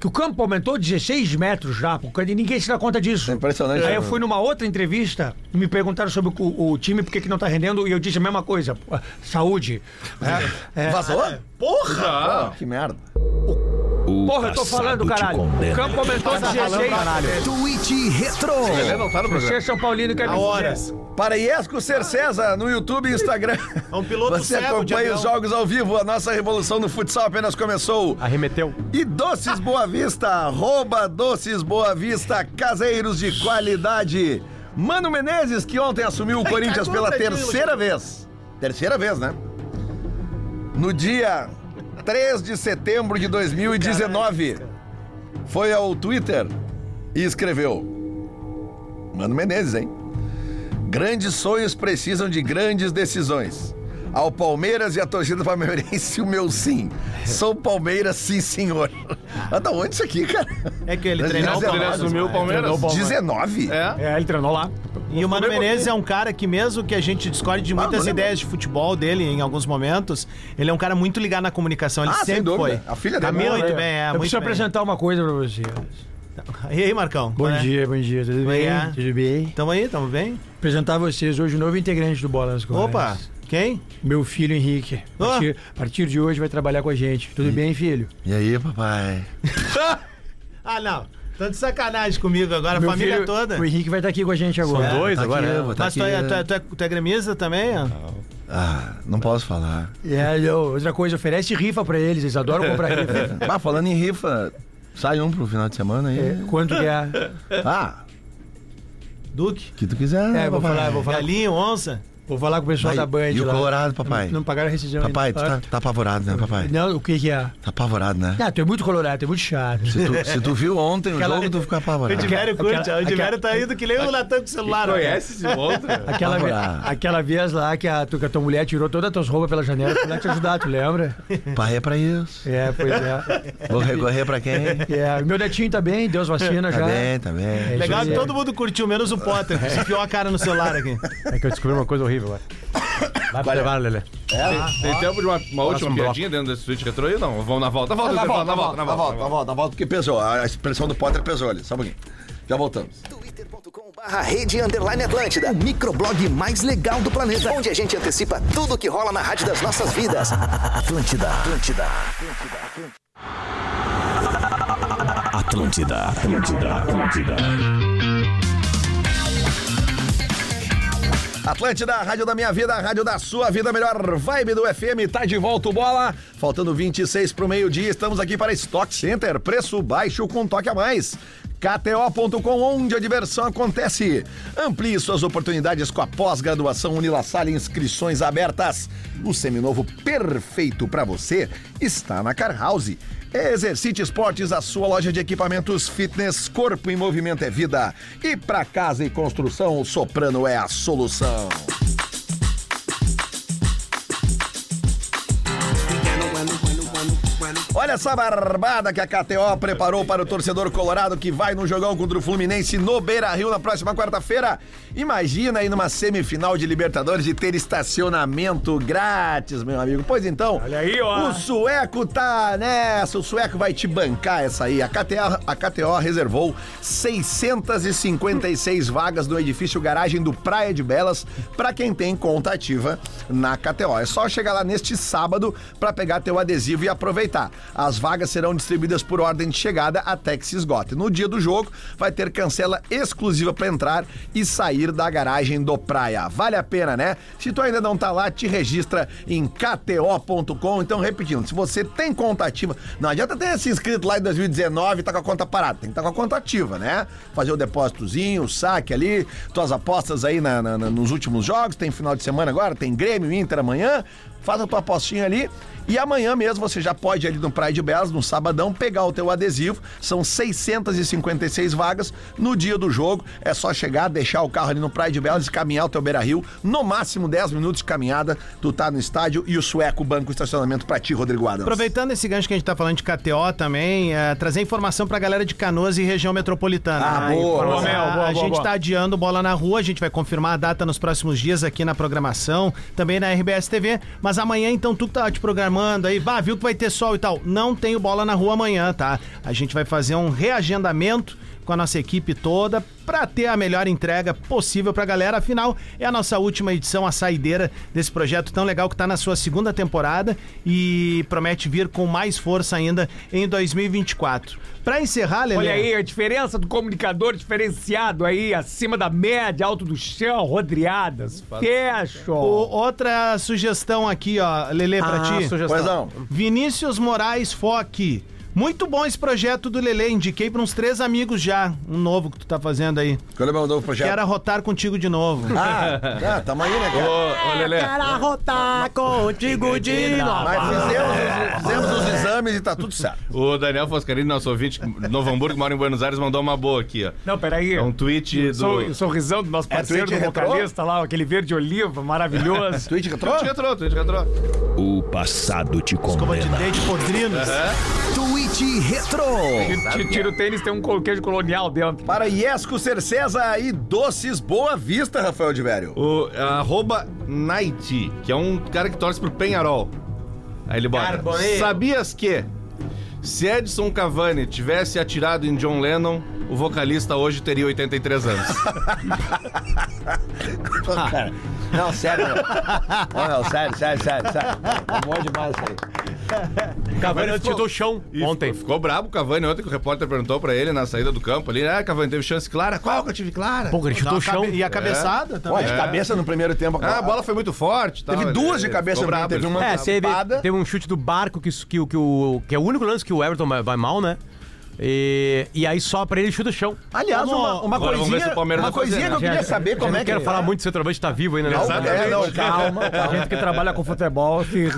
Speaker 9: Que o campo aumentou 16 metros já, porque ninguém se dá conta disso.
Speaker 2: É impressionante,
Speaker 9: Aí
Speaker 2: né?
Speaker 9: eu fui numa outra entrevista e me perguntaram sobre o, o time, por que que não tá rendendo, e eu disse a mesma coisa. pô, Saúde. É, é,
Speaker 2: vazou?
Speaker 9: porra!
Speaker 5: Ah,
Speaker 2: Que merda.
Speaker 9: Porra, eu tô falando, caralho. O campo aumentou 16.
Speaker 1: Twitch Retro.
Speaker 5: Lele não tá no
Speaker 9: Você é
Speaker 5: programa.
Speaker 9: São Paulino quer
Speaker 3: Há horas.
Speaker 2: Paraiesco Cercesa no YouTube e Instagram.
Speaker 3: É um piloto
Speaker 2: Você
Speaker 3: cego de
Speaker 2: acompanha
Speaker 3: avião.
Speaker 2: os jogos ao vivo. A nossa revolução no futsal apenas começou.
Speaker 4: Arremeteu.
Speaker 2: E Doces Boa Vista, arroba Doces Boa Vista, caseiros de qualidade. Mano Menezes, que ontem assumiu o Corinthians
Speaker 3: cagou
Speaker 2: pela
Speaker 3: pra ti,
Speaker 2: terceira vez. Terceira vez, né? No dia 3 de setembro de 2019, foi ao Twitter e escreveu: Mano Menezes, hein? Grandes sonhos precisam de grandes decisões. Ao Palmeiras e à torcida palmeirense, o meu sim. Sou Palmeiras, sim, senhor. Ah, tá onde isso aqui, cara?
Speaker 3: É que ele
Speaker 2: Mas
Speaker 3: treinou
Speaker 2: não,
Speaker 3: o
Speaker 2: ele né?
Speaker 5: Ele
Speaker 3: Palmeiras.
Speaker 5: assumiu o Palmeiras.
Speaker 2: 19?
Speaker 5: É.
Speaker 9: É, ele treinou lá.
Speaker 3: E o Mano Menezes é um cara que, mesmo que a gente discorde de
Speaker 2: não
Speaker 3: muitas
Speaker 2: lembro.
Speaker 3: ideias de futebol dele em alguns momentos, ele é um cara muito ligado na comunicação. Ele
Speaker 2: Ah, sem
Speaker 3: sempre foi.
Speaker 2: dúvida. A filha
Speaker 3: Tá
Speaker 2: dele.
Speaker 3: muito
Speaker 2: né?
Speaker 3: bem, é.
Speaker 9: eu
Speaker 3: muito
Speaker 9: preciso
Speaker 3: bem.
Speaker 9: apresentar uma coisa pra você.
Speaker 3: E aí, Marcão?
Speaker 10: Bom
Speaker 3: Qual é?
Speaker 10: dia, bom dia, tudo
Speaker 3: Oi,
Speaker 10: bem?
Speaker 3: é.
Speaker 10: Tudo bem?
Speaker 3: Tamo aí, tamo bem?
Speaker 10: Apresentar a vocês hoje o novo integrante do Bola nas Costas.
Speaker 3: Opa, quem?
Speaker 10: Meu filho Henrique. A
Speaker 3: Ah.
Speaker 10: partir, a partir de hoje vai trabalhar com a gente. Tudo bem, filho?
Speaker 2: E aí, papai?
Speaker 3: Ah, não. Tá de sacanagem comigo agora, a
Speaker 10: Meu
Speaker 3: família
Speaker 10: filho-
Speaker 3: toda. É,
Speaker 10: O Henrique vai estar aqui com a gente agora.
Speaker 4: São dois
Speaker 10: Tá
Speaker 4: agora,
Speaker 10: aqui,
Speaker 4: né?
Speaker 10: vou tá
Speaker 3: Mas tu é,
Speaker 10: aqui.
Speaker 3: tu, é, tu, é, tu é gremista também? ó?
Speaker 2: Ah, não posso falar.
Speaker 10: É, não, outra coisa, oferece rifa pra eles, eles adoram comprar rifa.
Speaker 2: Bah, falando em rifa, sai um pro final de semana aí.
Speaker 10: É, Quanto que é?
Speaker 2: Ah,
Speaker 3: Duque?
Speaker 2: que tu quiser.
Speaker 10: É, vou
Speaker 2: papai.
Speaker 10: falar, É, vou falar.
Speaker 3: Galinho, onça?
Speaker 10: Vou falar com o pessoal
Speaker 11: Aí,
Speaker 10: da Band
Speaker 11: e o
Speaker 10: lá.
Speaker 11: Colorado, papai?
Speaker 10: Não, não pagaram a rescisão ainda.
Speaker 11: Papai, tu tá, tá apavorado, né, papai?
Speaker 10: Não, o que que é?
Speaker 11: Tá apavorado, né?
Speaker 10: Ah, tu é muito colorado, tu é muito chato.
Speaker 11: Se tu, se tu viu ontem
Speaker 10: Aquela-
Speaker 11: o jogo, tu fica apavorado.
Speaker 10: Edmério curte, Aquela- o Edmério tá
Speaker 3: indo que nem o Natan com o celular.
Speaker 10: Conhece
Speaker 5: esse monstro?
Speaker 10: Aquela, ve-
Speaker 11: Apavorado.
Speaker 10: aquela vez lá que a, tu- que a tua mulher tirou todas as tuas roupas pela janela pra te ajudar, tu lembra?
Speaker 11: Pai é pra isso.
Speaker 10: É, pois é.
Speaker 11: Vou recorrer pra quem?
Speaker 10: É, meu netinho tá bem, Deus vacina
Speaker 11: Tá
Speaker 10: já.
Speaker 11: bem, tá bem.
Speaker 10: É isso
Speaker 3: Legal
Speaker 10: aí.
Speaker 3: que todo mundo curtiu, menos o Potter. que Se enfiou a cara no celular aqui.
Speaker 4: É que eu descobri uma coisa horrível agora. Vai pra levar, Lelê.
Speaker 5: Tem tempo de uma, uma última piadinha dentro desse suíte retrô aí? Não, vamos na volta. Volta,
Speaker 2: Na
Speaker 5: um na
Speaker 2: volta,
Speaker 5: volta, na volta, na volta.
Speaker 2: na volta, na volta, porque pesou. A expressão do Potter pesou ali. Só um pouquinho. Já voltamos.
Speaker 1: Barra Rede Underline Atlântida, o microblog mais legal do planeta, onde a gente antecipa tudo que rola na rádio das nossas vidas. Atlântida, Atlântida,
Speaker 12: Atlântida, Atlântida, Atlântida.
Speaker 2: Atlântida, a rádio da minha vida, a rádio da sua vida, a melhor vibe do FM, tá de volta o bola. Faltando 26 pro meio-dia, estamos aqui para Stock Center, preço baixo com toque a mais. KTO.com, onde a diversão acontece. Amplie suas oportunidades com a pós-graduação Unilassalle, inscrições abertas. O seminovo perfeito para você está na Car House. Exercite Esportes, a sua loja de equipamentos fitness, corpo em movimento é vida. E para casa e construção, o Soprano é a solução. Olha essa barbada que a KTO preparou para o torcedor colorado que vai no jogão contra o Fluminense no Beira Rio na próxima quarta-feira. Imagina aí numa semifinal de Libertadores de ter estacionamento grátis, meu amigo. Pois então, Olha
Speaker 9: aí, ó.
Speaker 2: o sueco tá nessa, o sueco vai te bancar essa aí. A KTO, a KTO reservou 656 vagas no edifício garagem do Praia de Belas para quem tem conta ativa na KTO. É só chegar lá neste sábado para pegar teu adesivo e aproveitar. As vagas serão distribuídas por ordem de chegada até que se esgote. No dia do jogo vai ter cancela exclusiva para entrar e sair da garagem do Praia. Vale a pena, né? Se tu ainda não tá lá, te registra em kto.com. Então, repetindo, se você tem conta ativa, não adianta ter se inscrito lá em 2019 e tá com a conta parada. Tem que estar com a conta ativa, né? Fazer o depósitozinho, o saque ali, tuas apostas aí na- na- na- nos últimos jogos. Tem final de semana agora, tem Grêmio, Inter amanhã. Faz a tua apostinha ali. E amanhã mesmo você já pode ir ali no Praia de Belas, no sabadão, pegar o teu adesivo. São 656 vagas no dia do jogo. É só chegar, deixar o carro ali no Praia de Belas e caminhar o teu Beira Rio. No máximo 10 minutos de caminhada, tu tá no estádio e o sueco banca o estacionamento pra ti, Rodrigo Adams.
Speaker 3: Aproveitando esse gancho que a gente tá falando de KTO também, eh, trazer informação pra galera de Canoas e região metropolitana.
Speaker 2: Ah,
Speaker 3: né?
Speaker 2: boa.
Speaker 3: Informação.
Speaker 2: Boa, Mel,
Speaker 3: a
Speaker 2: boa, boa,
Speaker 3: gente
Speaker 2: boa.
Speaker 3: tá adiando bola na rua, a gente vai confirmar a data nos próximos dias aqui na programação, também na RBS TV. Mas amanhã, então, tu que tá te programando aí, bah, viu que vai ter sol e tal. Não tenho bola na rua amanhã, tá? A gente vai fazer um reagendamento com a nossa equipe toda pra ter a melhor entrega possível pra galera. Afinal, é a nossa última edição, a saideira desse projeto tão legal que tá na sua segunda temporada e promete vir com mais força ainda em 2024. Pra encerrar, Lelê...
Speaker 9: Olha aí, a diferença do comunicador diferenciado aí, acima da média, alto do chão, rodriadas, fecho.
Speaker 3: O- outra sugestão aqui, ó, Lelê, pra
Speaker 9: Ah,
Speaker 3: ti.
Speaker 9: sugestão. Pois não.
Speaker 3: Vinícius Moraes Foque. Muito bom esse projeto do Lelê. Indiquei pra uns três amigos já. Um novo que tu tá fazendo aí.
Speaker 2: Qual é o meu novo projeto?
Speaker 3: Quero arrotar contigo de novo.
Speaker 2: Ah, ah, tamo aí, né, cara?
Speaker 5: Ô, ô, Lelê.
Speaker 3: Quero arrotar contigo de novo.
Speaker 2: Mas
Speaker 5: É.
Speaker 2: fizemos, os- fizemos os exames e tá tudo certo.
Speaker 5: O Daniel Foscarini, nosso ouvinte de Novo Hamburgo, mora em Buenos Aires, mandou uma boa aqui, ó.
Speaker 9: Não, peraí.
Speaker 5: É um tweet do...
Speaker 9: Sou, o sorrisão do nosso
Speaker 5: É
Speaker 9: parceiro,
Speaker 5: tweet
Speaker 9: do
Speaker 5: retrô?
Speaker 9: vocalista lá, aquele verde oliva maravilhoso.
Speaker 2: tweet retrô?
Speaker 5: Tweet retrô, tweet retrô.
Speaker 12: O passado te condena.
Speaker 3: podrinos.
Speaker 1: Tweet retrô.
Speaker 9: Ti- Tira o tênis, tem um co- queijo colonial dentro.
Speaker 2: Para Iesco Cercesa e Doces Boa Vista, Rafael de Vério.
Speaker 5: O é, arroba Night, que é um cara que torce pro Penharol. Aí ele bota.
Speaker 4: Carboneiro.
Speaker 5: Sabias que se Edson Cavani tivesse atirado em John Lennon, o vocalista hoje teria 83 anos.
Speaker 2: Pô, cara. Não, sério. meu. Não, não, sério, sério, sério, sério. Amor demais isso aí.
Speaker 4: Cavani
Speaker 5: ficou-
Speaker 4: tirou do chão
Speaker 5: E
Speaker 4: ontem.
Speaker 5: Ficou brabo o Cavani ontem que o repórter perguntou pra ele na saída do campo ali. Ah, Cavani teve chance clara. Qual que eu tive clara?
Speaker 4: Pô, ele chutou o chão. É.
Speaker 3: E a cabeçada
Speaker 2: Pô,
Speaker 3: também.
Speaker 2: de cabeça no primeiro tempo.
Speaker 5: É. Ah, a bola foi muito forte. e tal.
Speaker 2: Teve
Speaker 5: Ele-
Speaker 2: duas de
Speaker 5: ele
Speaker 2: cabeça
Speaker 5: ficou
Speaker 2: também, teve uma-
Speaker 5: ele-
Speaker 4: É, se ele-
Speaker 2: tapada.
Speaker 4: teve um chute do barco que, que, que, o- que é o único lance que o Everton vai, vai mal, né? E, e aí sopra ele e chuta o chão.
Speaker 2: Aliás, uma, uma
Speaker 4: Agora vamos ver se
Speaker 2: coisinha,
Speaker 4: o Palmeiras
Speaker 2: uma
Speaker 4: vai fazer,
Speaker 2: coisinha que eu
Speaker 4: né?
Speaker 2: queria
Speaker 4: Já-
Speaker 2: saber
Speaker 4: já
Speaker 2: como
Speaker 4: não
Speaker 2: é que...
Speaker 4: quero falar muito se o centroavante tá vivo ainda, né?
Speaker 2: É, não,
Speaker 9: Calma, calma. A gente que trabalha com futebol se, se-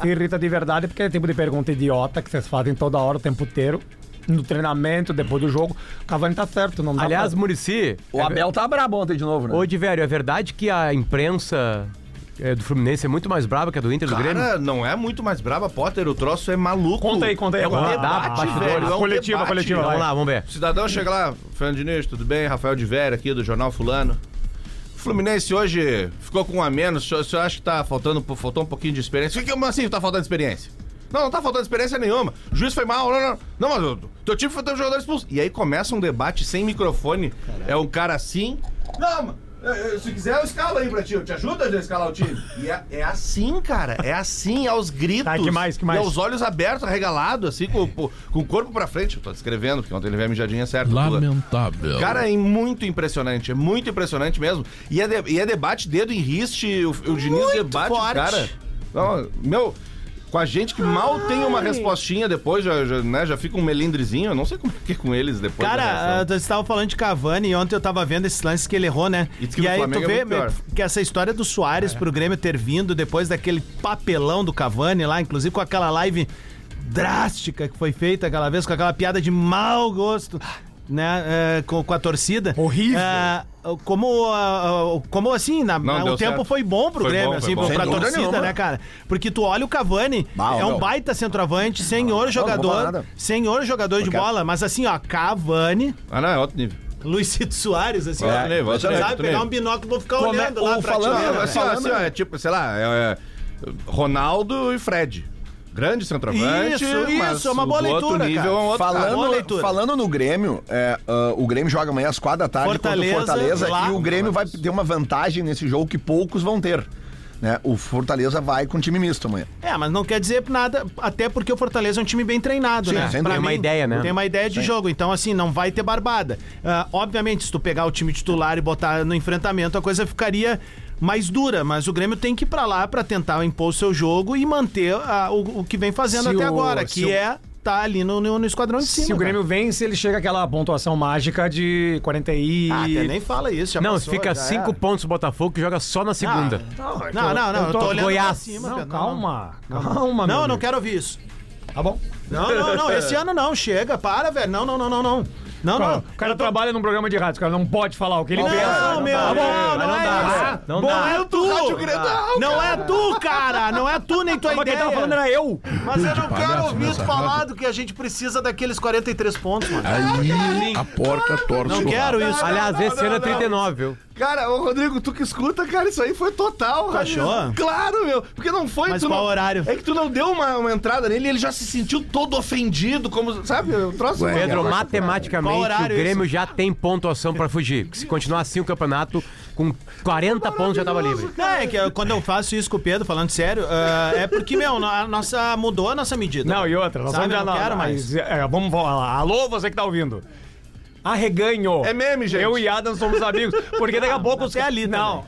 Speaker 9: se irrita de verdade, porque é tipo de pergunta idiota que vocês fazem toda hora, o tempo inteiro. No treinamento, depois do jogo. Cavani tá certo, não dá
Speaker 4: Aliás,
Speaker 9: pra-
Speaker 4: Murici.
Speaker 9: O Abel
Speaker 2: tá brabo ontem de novo, né?
Speaker 4: Ô, de velho, é verdade que a imprensa é, do Fluminense é muito mais brava que a do Inter e do Grêmio?
Speaker 5: Cara, não é muito mais braba, Potter. O troço é maluco.
Speaker 9: Conta aí, conta aí
Speaker 5: É um
Speaker 9: agora.
Speaker 5: debate,
Speaker 9: Ah,
Speaker 5: velho. É um
Speaker 9: coletiva,
Speaker 5: debate.
Speaker 9: coletiva, vai. Vamos lá, vamos ver.
Speaker 5: O cidadão chega lá, Fernando Diniz, tudo bem? Rafael de Vera aqui do Jornal Fulano. O Fluminense hoje ficou com um a menos. O senhor- o senhor acha que tá faltando, faltou um pouquinho de experiência? O que como assim tá faltando experiência? Não, não tá faltando experiência nenhuma. O juiz foi mal. Não, não, não mas o teu time foi teu jogador expulso. E aí começa um debate sem microfone. É um cara assim. Não, mas, eh, eh, se quiser eu escalo aí pra ti. Eu te ajudo a escalar o time. E é, é assim, cara. É assim, aos gritos.
Speaker 9: Tá, que mais, que mais? É.
Speaker 5: E aos olhos abertos, arregalado, assim, com, com com o corpo pra frente. Eu tô descrevendo, porque ontem ele veio a mijadinha certa.
Speaker 3: Então.
Speaker 12: Lamentável.
Speaker 5: Cara, é muito impressionante, é muito impressionante mesmo. E é, de- e é debate, dedo em riste, o, o Diniz debate, o
Speaker 12: forte.
Speaker 5: cara. Não, meu, com a gente que mal tem uma respostinha depois, já, já, né, já fica um melindrezinho, eu não sei como é que é com eles depois. da reação.
Speaker 3: Cara, ah, você tava falando de Cavani e ontem eu tava vendo esse lance que ele errou, né?
Speaker 5: E diz que
Speaker 3: E
Speaker 5: no
Speaker 3: aí tu
Speaker 5: Flamengo é
Speaker 3: vê
Speaker 5: muito pior. É.
Speaker 3: que essa história do Soares pro Grêmio ter vindo depois daquele papelão do Cavani lá, inclusive com aquela live drástica que foi feita aquela vez, com aquela piada de mau gosto. Né, eh, com, com a torcida. Horrível. como, ah, ah, como assim, na-
Speaker 5: Não,
Speaker 3: na-
Speaker 5: deu
Speaker 3: o tempo
Speaker 5: certo.
Speaker 3: foi bom pro
Speaker 5: Foi
Speaker 3: Grêmio,
Speaker 5: bom, foi
Speaker 3: assim,
Speaker 5: bom.
Speaker 3: pra
Speaker 5: Sem dúvida
Speaker 3: torcida,
Speaker 5: nenhuma.
Speaker 3: né, cara? Porque tu olha o Cavani,
Speaker 2: Bah,
Speaker 3: é um
Speaker 2: não.
Speaker 3: baita centroavante, senhor
Speaker 2: vou falar
Speaker 3: jogador,
Speaker 2: nada.
Speaker 3: senhor jogador de
Speaker 5: Porque-
Speaker 3: bola, mas assim, ó, Cavani,
Speaker 5: Ah, não, é outro nível.
Speaker 3: Luiz Cito Soares, assim,
Speaker 5: Outro
Speaker 3: ó,
Speaker 2: É,
Speaker 5: nível, outro
Speaker 3: sabe,
Speaker 5: nível, outro
Speaker 3: pegar
Speaker 5: nível.
Speaker 3: um binóculo e vou ficar
Speaker 2: Como
Speaker 3: olhando
Speaker 2: é-
Speaker 3: lá
Speaker 2: ou
Speaker 3: pra
Speaker 2: falando-
Speaker 3: ti,
Speaker 5: Não,
Speaker 3: né?
Speaker 5: assim, ó, assim, ó, é tipo, sei lá, é, é, Ronaldo e Fred. Grande centroavante.
Speaker 3: Isso,
Speaker 5: mas
Speaker 3: isso, é uma
Speaker 5: o
Speaker 3: boa
Speaker 5: do outro
Speaker 3: leitura,
Speaker 5: nível
Speaker 3: cara.
Speaker 5: é um outro cara.
Speaker 3: Boa
Speaker 2: Falando,
Speaker 3: leitura.
Speaker 2: falando no Grêmio, é, ah, o Grêmio joga amanhã às quatro da tarde
Speaker 3: Fortaleza,
Speaker 2: contra o Fortaleza
Speaker 3: lá.
Speaker 2: e o Grêmio vai ter uma vantagem nesse jogo que poucos vão ter. Né? O Fortaleza vai com time misto amanhã.
Speaker 3: É, mas não quer dizer nada, até porque o Fortaleza é um time bem treinado,
Speaker 2: Sim,
Speaker 3: né?
Speaker 2: sem
Speaker 3: Pra
Speaker 2: dúvida.
Speaker 3: mim,
Speaker 2: Tem uma ideia, né?
Speaker 3: Tem uma ideia de jogo, então assim, não vai ter barbada. Ah, obviamente, se tu pegar o time titular e botar no enfrentamento, a coisa ficaria mais dura, mas o Grêmio tem que ir pra lá pra tentar impor o seu jogo e manter ah, o, o que vem fazendo
Speaker 9: Se
Speaker 3: até
Speaker 9: o-
Speaker 3: agora,
Speaker 9: se
Speaker 3: que
Speaker 9: o-
Speaker 3: é tá ali no, no, no esquadrão de cima.
Speaker 9: Se o
Speaker 3: cara.
Speaker 9: Grêmio vence, ele chega àquela pontuação mágica de 40 e.
Speaker 3: Ah, até nem fala isso, já
Speaker 4: não,
Speaker 3: passou,
Speaker 4: fica
Speaker 3: já é.
Speaker 4: cinco
Speaker 3: era.
Speaker 4: pontos o Botafogo que joga só na segunda.
Speaker 3: Não, não, não, eu tô, olhando pra
Speaker 4: Goiás.
Speaker 3: cima,
Speaker 9: Não,
Speaker 3: Pedro,
Speaker 9: calma, calma,
Speaker 3: Não,
Speaker 9: meu
Speaker 3: eu não
Speaker 9: amigo.
Speaker 3: quero ouvir isso.
Speaker 9: Tá bom.
Speaker 3: Não, não, não, esse ano não, chega, para, velho. Não, não, não, não, não. Não,
Speaker 9: Cara,
Speaker 3: não.
Speaker 9: O cara trabalha num programa de rádio, o cara não pode falar o que ele
Speaker 3: Não,
Speaker 9: pensa.
Speaker 3: meu,
Speaker 9: dá.
Speaker 3: não, não, é
Speaker 9: Mas
Speaker 4: né?
Speaker 9: dá.
Speaker 3: isso. Não
Speaker 9: Bom,
Speaker 3: dá.
Speaker 9: eu tô-
Speaker 3: Rádio Grenal, Não é tu, cara, não é tu nem tua
Speaker 9: Mas quem
Speaker 3: ideia.
Speaker 9: tava falando era eu.
Speaker 3: Mas é eu não quero
Speaker 12: palhaço
Speaker 3: ouvir tu
Speaker 12: nessa
Speaker 3: falar
Speaker 12: rádio.
Speaker 3: do que a gente precisa daqueles 43 pontos, mano.
Speaker 12: Aí a porca torce
Speaker 3: Não
Speaker 12: o
Speaker 3: quero
Speaker 12: rabo.
Speaker 3: isso.
Speaker 4: Aliás, esse ano é 39, viu?
Speaker 5: Cara, ô Rodrigo, tu que escuta, cara, isso aí foi total,
Speaker 3: achou?
Speaker 5: Rafinha. Claro, meu. Porque não foi.
Speaker 3: Mas
Speaker 5: tu
Speaker 3: qual
Speaker 5: não-
Speaker 3: horário?
Speaker 5: É que tu não deu uma, uma entrada nele e ele já se sentiu todo ofendido, como. Sabe? O troço.
Speaker 11: Ué,
Speaker 4: Pedro,
Speaker 11: agora-
Speaker 9: tá
Speaker 4: matematicamente,
Speaker 3: Qual
Speaker 4: o
Speaker 3: horário
Speaker 9: é
Speaker 4: Grêmio já tem pontuação pra fugir. Se continuar assim o campeonato, com 40 pontos já tava livre.
Speaker 3: Não, é que eu- quando eu faço isso com o Pedro, falando sério, ah, é porque, meu, a nossa, mudou a nossa medida.
Speaker 9: Não, e outra, nós
Speaker 3: Sabe,
Speaker 9: vamos
Speaker 3: eu não
Speaker 9: dar-
Speaker 3: quero mais.
Speaker 9: é, vamos falar. Alô, você que tá ouvindo. Arreganho.
Speaker 5: É meme, gente.
Speaker 9: Eu e Adam somos amigos. Porque daqui a pouco você é ali, não.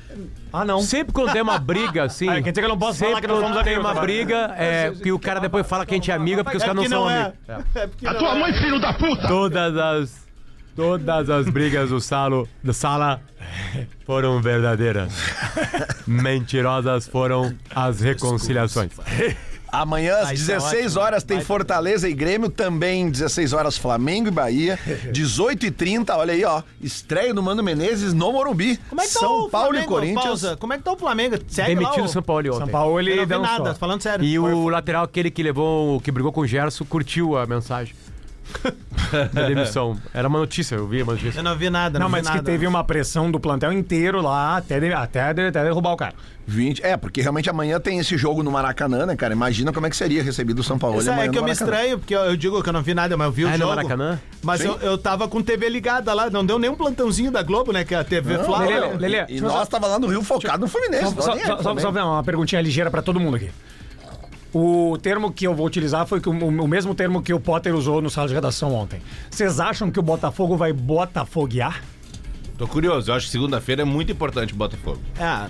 Speaker 9: Ah, não.
Speaker 4: Então, Sempre quando tem uma briga, assim.
Speaker 9: Ah, quer dizer que eu não posso
Speaker 4: sempre
Speaker 9: falar que nós somos
Speaker 4: quando tem
Speaker 9: amigos
Speaker 4: uma
Speaker 9: agora.
Speaker 4: briga, é, que o cara depois fala que a gente é amigo, é porque os caras não
Speaker 3: porque
Speaker 4: são
Speaker 3: não é.
Speaker 4: amigos.
Speaker 12: A
Speaker 9: é.
Speaker 12: tua mãe, filho da puta!
Speaker 4: Todas as. Todas as brigas do salo, da sala foram verdadeiras. Mentirosas foram as reconciliações.
Speaker 2: Amanhã às
Speaker 3: tá
Speaker 2: 16 horas
Speaker 3: né?
Speaker 2: tem Fortaleza e Grêmio, também 16 horas Flamengo e Bahia, 18 e 30 olha aí, ó, estreia do Mano Menezes no Morumbi.
Speaker 3: Como é que tá
Speaker 2: São
Speaker 3: o
Speaker 2: Paulo
Speaker 3: Flamengo?
Speaker 2: e Corinthians.
Speaker 3: Pausa. Como é que tá o Flamengo? Segue lá
Speaker 4: Demitido
Speaker 3: o-
Speaker 4: o São Paulo ontem.
Speaker 9: São Paulo, ele
Speaker 3: Eu não vi
Speaker 9: deu um
Speaker 3: nada,
Speaker 9: só.
Speaker 3: falando sério.
Speaker 4: E
Speaker 3: Foi-
Speaker 4: o lateral, aquele que levou, que brigou com o Gerson, curtiu a mensagem da demissão. Era uma notícia, eu vi uma notícia.
Speaker 3: Eu não vi nada, não,
Speaker 9: Não,
Speaker 3: vi
Speaker 9: mas que
Speaker 3: nada.
Speaker 9: teve uma pressão do plantel inteiro lá até, de- até, de- até derrubar o cara.
Speaker 2: 20. É, porque realmente amanhã tem esse jogo no Maracanã, né, cara? Imagina como é que seria recebido o São Paulo.
Speaker 3: Isso
Speaker 2: amanhã
Speaker 3: é que
Speaker 2: no
Speaker 3: eu me
Speaker 2: Maracanã.
Speaker 3: estranho, porque eu, eu digo que eu não vi nada, mas eu vi o
Speaker 4: Ah, é no
Speaker 3: jogo.
Speaker 4: Maracanã?
Speaker 3: Mas eu, eu tava com TV ligada lá, não deu nenhum plantãozinho da Globo, né? Que é a TV
Speaker 2: Não,
Speaker 3: Flávio.
Speaker 2: não,
Speaker 9: Lelê,
Speaker 2: e, e
Speaker 9: deixa eu
Speaker 2: nós
Speaker 9: só-
Speaker 2: tava lá no Rio focado no Fluminense.
Speaker 9: Só,
Speaker 2: não
Speaker 9: só,
Speaker 2: nem
Speaker 9: só-
Speaker 2: aí,
Speaker 9: só-
Speaker 2: Flamengo.
Speaker 9: só uma perguntinha ligeira pra todo mundo aqui. O termo que eu vou utilizar foi que o, o mesmo termo que o Potter usou no sala de redação ontem. Vocês acham que o Botafogo vai botafoguear?
Speaker 5: Tô curioso, eu acho que segunda-feira é muito importante o Botafogo.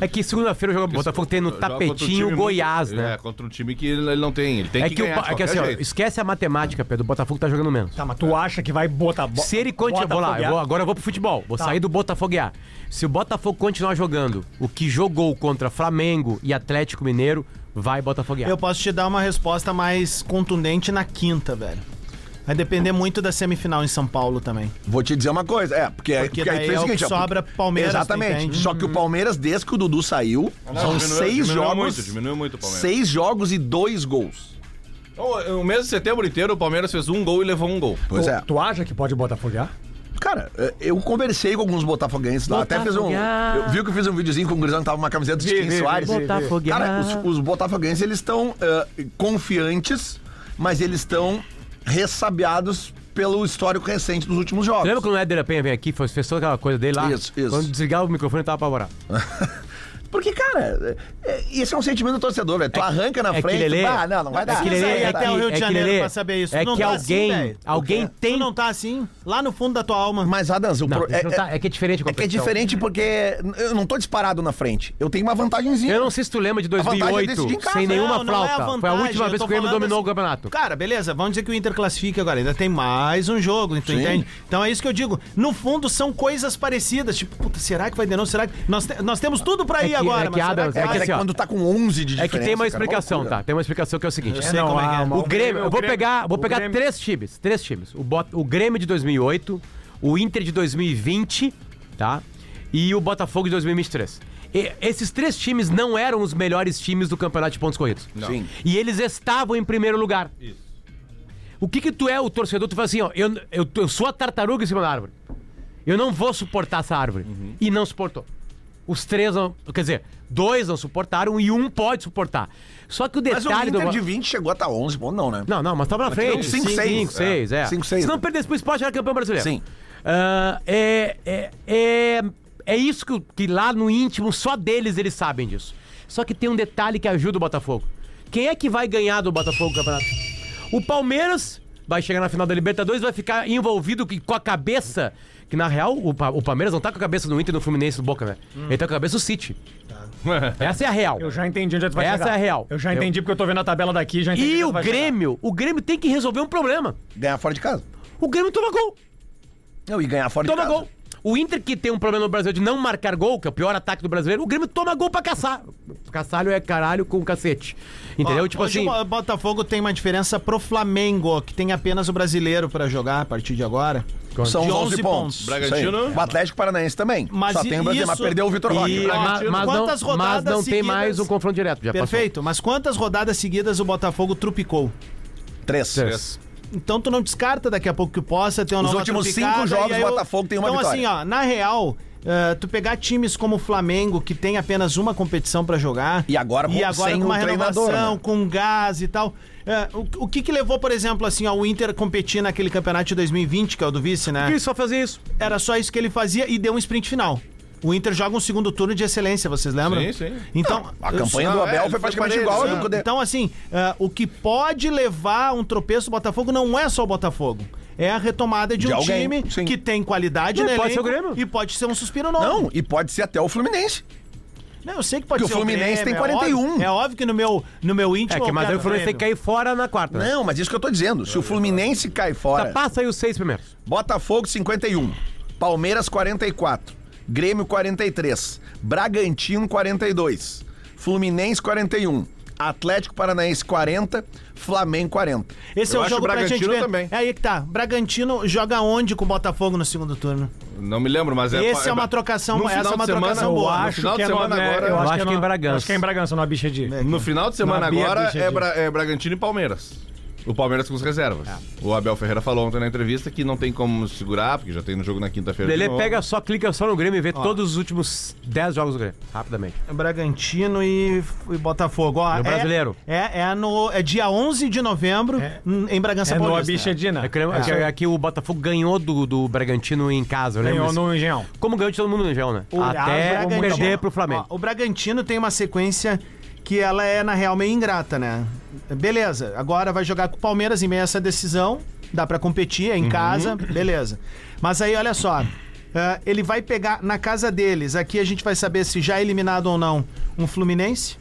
Speaker 4: É que segunda-feira o jogo do Botafogo tem no
Speaker 5: Ah. Joga contra um
Speaker 4: tapetinho
Speaker 5: time
Speaker 4: Goiás,
Speaker 5: muito-
Speaker 4: né?
Speaker 5: É, contra um time que ele não tem. Ele tem
Speaker 4: é
Speaker 5: que,
Speaker 4: que, o
Speaker 5: ganhar
Speaker 4: Pa-
Speaker 5: de
Speaker 4: é que
Speaker 5: qualquer
Speaker 4: assim, ó,
Speaker 5: jeito.
Speaker 4: esquece a matemática, Pedro. O Botafogo tá jogando menos.
Speaker 9: Tá, mas tu acha que vai botar bola.
Speaker 4: Se ele continuar. Vou lá, eu vou- agora eu vou pro futebol. Vou
Speaker 9: Tá.
Speaker 4: sair do Botafoguear. Se o Botafogo continuar jogando o que jogou contra Flamengo e Atlético Mineiro, vai Botafoguear.
Speaker 3: Eu posso te dar uma resposta mais contundente na quinta, velho. Vai depender muito da semifinal em São Paulo também.
Speaker 2: Vou te dizer uma coisa, é, porque,
Speaker 3: Porque
Speaker 2: porque a
Speaker 3: daí
Speaker 2: diferença
Speaker 3: é o
Speaker 2: seguinte,
Speaker 3: que
Speaker 2: ó,
Speaker 3: sobra
Speaker 2: porque-
Speaker 3: Palmeiras, tu
Speaker 2: Exatamente.
Speaker 3: entende? Uhum.
Speaker 2: Só que o Palmeiras, desde que o Dudu saiu,
Speaker 5: Não,
Speaker 2: são
Speaker 5: diminuiu-
Speaker 2: seis
Speaker 5: diminuiu
Speaker 2: jogos.
Speaker 5: muito, diminuiu muito o Palmeiras.
Speaker 2: Seis jogos e dois gols.
Speaker 5: Então, O mês de setembro inteiro, o Palmeiras fez um gol e levou um gol.
Speaker 2: Pois
Speaker 9: tu,
Speaker 2: é.
Speaker 9: tu acha que pode botafoguear?
Speaker 2: Cara, eh, eu conversei com alguns botafoguenses lá, até fiz um...
Speaker 4: Botafoguear.
Speaker 2: Eu vi que eu fiz um videozinho com um gurizão que tava com uma camiseta do
Speaker 4: Vi,
Speaker 2: Tiquinho
Speaker 4: vi, vi,
Speaker 2: Soares.
Speaker 4: vi, vi. Botafoguear.
Speaker 2: Cara, os, os botafoguenses, eles estão eh, confiantes, mas eles estão ressabiados pelo histórico recente dos últimos jogos.
Speaker 4: Lembra quando o Éder Penha veio aqui, fez fez toda aquela coisa dele lá?
Speaker 2: Isso, isso.
Speaker 4: Quando desligava o microfone, eu tava apavorado.
Speaker 2: Porque, cara, é, é, esse é um sentimento do torcedor, velho. Tu arranca na
Speaker 4: é que
Speaker 2: frente,
Speaker 4: Lelê-
Speaker 2: ah, não, não vai dar.
Speaker 4: que Lelê-
Speaker 2: Isso aí,
Speaker 4: é
Speaker 2: tá.
Speaker 3: até o Rio de
Speaker 4: é que
Speaker 3: Janeiro
Speaker 4: Lelê-
Speaker 3: pra saber isso.
Speaker 4: é
Speaker 3: Tu não
Speaker 4: que
Speaker 3: tá
Speaker 4: alguém-
Speaker 3: assim, velho.
Speaker 4: alguém
Speaker 3: Tu
Speaker 4: tem-
Speaker 3: não tá assim, lá no fundo da tua alma.
Speaker 2: Mas, Adams, o
Speaker 4: Não,
Speaker 2: pro-
Speaker 4: mas não tá- é que é diferente
Speaker 2: É
Speaker 4: a
Speaker 2: que é
Speaker 4: competição.
Speaker 2: diferente porque eu não tô disparado na frente. Eu tenho uma vantagemzinha.
Speaker 4: Eu não sei se tu lembra de
Speaker 2: vantagem é
Speaker 4: 2008,
Speaker 2: decidir em casa.
Speaker 4: sem nenhuma
Speaker 3: Não, não é
Speaker 4: flauta. Foi a
Speaker 3: vantagem,
Speaker 4: última
Speaker 3: eu
Speaker 4: vez
Speaker 3: tô
Speaker 4: que o Grêmio
Speaker 3: falando
Speaker 4: dominou
Speaker 3: assim-
Speaker 4: o campeonato.
Speaker 3: Cara, beleza, vamos dizer que o Inter classifica agora. Ainda tem mais um jogo, tu
Speaker 2: Sim.
Speaker 3: entende? Então é isso que eu digo. No fundo, são coisas parecidas. Tipo, puta, será que vai de novo? Será que. Nós, te- nós temos tudo pra
Speaker 4: É
Speaker 3: ir
Speaker 4: que-
Speaker 3: agora,
Speaker 4: é que,
Speaker 3: mas será
Speaker 4: Adams,
Speaker 3: que
Speaker 2: É,
Speaker 4: é
Speaker 3: vai?
Speaker 2: mas é
Speaker 4: assim, ó,
Speaker 2: quando tá com 11 de diferença.
Speaker 4: É que tem uma
Speaker 2: cara,
Speaker 4: explicação,
Speaker 2: loucura.
Speaker 4: tá? Tem uma explicação que é o seguinte.
Speaker 3: Eu
Speaker 4: É,
Speaker 3: sei
Speaker 9: não,
Speaker 3: como é que
Speaker 9: ah,
Speaker 3: é.
Speaker 9: uma-
Speaker 4: O Grêmio, eu vou
Speaker 9: Grêmio-
Speaker 4: pegar, vou
Speaker 9: o
Speaker 4: pegar
Speaker 9: Grêmio-
Speaker 4: três times, três times. O, Bot- o Grêmio de 2008, o Inter de 2020, tá? E o Botafogo de 2023. E esses três times não eram os melhores times do campeonato de pontos corridos.
Speaker 5: Não. Sim.
Speaker 4: E eles estavam em primeiro lugar. Isso. O que que tu é, o torcedor? Tu fala assim, ó, eu, eu, eu sou a tartaruga em cima da árvore. Eu não vou suportar essa árvore. E não suportou. Os três não. Quer dizer, dois não suportaram e um pode suportar. Só que o
Speaker 2: Mas o
Speaker 4: detalhe
Speaker 2: Inter
Speaker 4: do.
Speaker 2: de 20 chegou a tá 11, pô, não, né?
Speaker 4: Não, não, mas tava na
Speaker 2: tirou
Speaker 4: frente.
Speaker 2: um cinco, seis.
Speaker 4: 5, 6, é.
Speaker 2: Cinco, seis,
Speaker 4: Se não
Speaker 2: né?
Speaker 4: perdesse pro esporte, era é campeão brasileiro.
Speaker 2: Sim.
Speaker 4: Ah, é, é, é, é isso que, que lá no íntimo, só deles eles sabem disso. Só que tem um detalhe que ajuda o Botafogo. Quem é que vai ganhar do Botafogo o campeonato? O Palmeiras vai chegar na final da Libertadores, vai ficar envolvido que- com a cabeça. Que na real, o, Pa- o Palmeiras não tá com a cabeça no Inter, no Fluminense, no Boca, né? Ele tá com a cabeça no City. Essa é a real.
Speaker 9: Hum. Tá. Eu já entendi onde tu vai
Speaker 4: Essa
Speaker 9: chegar.
Speaker 4: é a real.
Speaker 9: Eu já entendi porque eu tô vendo a tabela daqui, já entendi.
Speaker 4: E
Speaker 9: onde é
Speaker 4: o
Speaker 9: tu vai
Speaker 4: Grêmio, o Grêmio tem que resolver um problema.
Speaker 2: Ganhar fora de casa.
Speaker 4: O Grêmio toma gol.
Speaker 2: Não, e ganhar fora
Speaker 4: toma
Speaker 2: de casa.
Speaker 4: gol. O Inter que tem um problema no Brasil de não marcar gol, que é o pior ataque do brasileiro, o Grêmio toma gol pra caçar. Caçalho é caralho com cacete. Entendeu?
Speaker 3: Ó,
Speaker 4: tipo
Speaker 3: hoje
Speaker 4: assim.
Speaker 3: O Botafogo tem uma diferença pro Flamengo, que tem apenas o brasileiro pra jogar a partir de agora.
Speaker 2: São
Speaker 3: De
Speaker 2: 11 pontos.
Speaker 5: Bragantino.
Speaker 2: Isso aí. O Atlético Paranaense também.
Speaker 3: Mas
Speaker 2: Só tem o Brasil,
Speaker 3: isso-
Speaker 2: mas perdeu o Vitor
Speaker 4: e-
Speaker 2: Roque.
Speaker 4: mas, mas não, mas
Speaker 3: Quantas rodadas
Speaker 4: não tem
Speaker 3: seguidas?
Speaker 4: mais um confronto direto. Já
Speaker 3: Perfeito, mas quantas rodadas seguidas o Botafogo trupicou?
Speaker 2: Três.
Speaker 4: Três.
Speaker 3: Então tu não descarta daqui a pouco que possa ter uma
Speaker 2: Os
Speaker 3: nova
Speaker 2: últimos
Speaker 3: trupicada,
Speaker 2: cinco jogos,
Speaker 3: e aí
Speaker 2: o Botafogo tem uma
Speaker 3: então,
Speaker 2: vitória.
Speaker 3: assim, ó, na real, eh, tu pegar times como o Flamengo, que tem apenas uma competição pra jogar...
Speaker 2: E agora com-
Speaker 3: e agora
Speaker 2: sem
Speaker 3: com uma
Speaker 2: um treinador,
Speaker 3: renovação,
Speaker 2: né?
Speaker 3: com gás e tal... eh, o, o que que levou, por exemplo, assim, ó, o Inter competir naquele campeonato de 2020, que é o do vice, né?
Speaker 4: passou. E só fazer isso.
Speaker 3: Era só isso que ele fazia e deu um sprint final. O Inter joga um segundo turno de excelência, vocês lembram?
Speaker 5: Sim, sim.
Speaker 3: Então,
Speaker 2: A campanha do
Speaker 5: Não, é,
Speaker 2: Abel
Speaker 5: foi
Speaker 2: foi praticamente
Speaker 5: parecido,
Speaker 2: igual a
Speaker 5: né?
Speaker 2: do Cudê.
Speaker 3: então, assim, ah, o que pode levar um tropeço do Botafogo não é só o Botafogo. É a retomada de,
Speaker 2: De
Speaker 3: um
Speaker 2: alguém,
Speaker 3: time
Speaker 2: sim.
Speaker 3: que tem qualidade
Speaker 4: Não,
Speaker 3: no
Speaker 4: pode ser
Speaker 3: elenco
Speaker 4: o Grêmio.
Speaker 3: e pode ser um suspiro
Speaker 2: Não,
Speaker 3: novo.
Speaker 2: e pode ser até o Fluminense.
Speaker 3: Não, eu sei que pode
Speaker 2: Porque
Speaker 3: ser
Speaker 2: o Fluminense tem
Speaker 3: é
Speaker 2: 41.
Speaker 3: óbvio. É óbvio que no meu, no meu
Speaker 4: É
Speaker 3: íntimo...
Speaker 4: que
Speaker 3: eu
Speaker 4: mas aí
Speaker 3: quero
Speaker 4: o Fluminense tem que
Speaker 3: Grêmio.
Speaker 4: cair fora na quarta. né?
Speaker 2: Não, mas isso que eu tô dizendo. Se o Fluminense cai
Speaker 4: Tá,
Speaker 2: fora,
Speaker 4: passa aí os seis primeiros.
Speaker 2: Botafogo 51, Palmeiras 44, Grêmio 43, Bragantino 42, Fluminense 41, Atlético Paranaense 40, Flamengo 40.
Speaker 3: Esse
Speaker 5: Eu
Speaker 3: é o
Speaker 5: acho
Speaker 3: jogo
Speaker 5: o
Speaker 3: pra gente
Speaker 5: Bragantino
Speaker 3: ver.
Speaker 5: também.
Speaker 3: É aí que tá. Bragantino joga onde com o Botafogo no segundo turno?
Speaker 5: Não me lembro, mas é...
Speaker 3: Esse é uma trocação-
Speaker 5: no
Speaker 3: essa é
Speaker 5: final
Speaker 3: uma
Speaker 5: de semana,
Speaker 3: trocação boa.
Speaker 5: no
Speaker 3: Acho
Speaker 5: final
Speaker 9: chegar.
Speaker 5: de
Speaker 9: Eu
Speaker 5: semana
Speaker 9: acho que é no-
Speaker 5: agora...
Speaker 9: eu
Speaker 4: acho que é
Speaker 9: no-
Speaker 4: em Bragança.
Speaker 9: Acho que é em Bragança, não bicha de.
Speaker 5: No final de semana
Speaker 9: Na Bia
Speaker 5: agora
Speaker 9: Bicha
Speaker 5: é,
Speaker 9: de-
Speaker 5: Bra- é Bragantino e Palmeiras. O Palmeiras com os reservas. O Abel Ferreira falou ontem na entrevista que não tem como segurar, porque já tem no jogo na quinta-feira. de
Speaker 4: Lele
Speaker 5: novo.
Speaker 4: pega só, clica só no Grêmio e vê todos os últimos dez jogos do Grêmio. Rapidamente.
Speaker 3: Bragantino e, e Botafogo. Ó,
Speaker 4: No
Speaker 3: é-
Speaker 4: Brasileiro.
Speaker 3: É, é, no, é dia 11 de novembro
Speaker 9: É.
Speaker 3: em Bragança
Speaker 9: É no
Speaker 3: Paulista.
Speaker 9: bicha de,
Speaker 4: É que, é que- é que o Botafogo ganhou do, do Bragantino em casa, eu lembro
Speaker 9: Ganhou
Speaker 4: disso.
Speaker 9: no Engenhão.
Speaker 4: Como ganhou de todo mundo no Engenhão, né?
Speaker 3: O- aliás,
Speaker 4: Até
Speaker 3: o Bragantino-
Speaker 4: perder pro Flamengo.
Speaker 3: Ó, o Bragantino tem uma sequência que ela é, na real, meio ingrata, né? Beleza, agora vai jogar com o Palmeiras
Speaker 4: Uhum.
Speaker 3: em meio a essa decisão. Dá pra competir, é em casa, beleza. Mas aí, olha só. Ah, ele vai pegar na casa deles. Aqui a gente vai saber se já é eliminado ou não um Fluminense.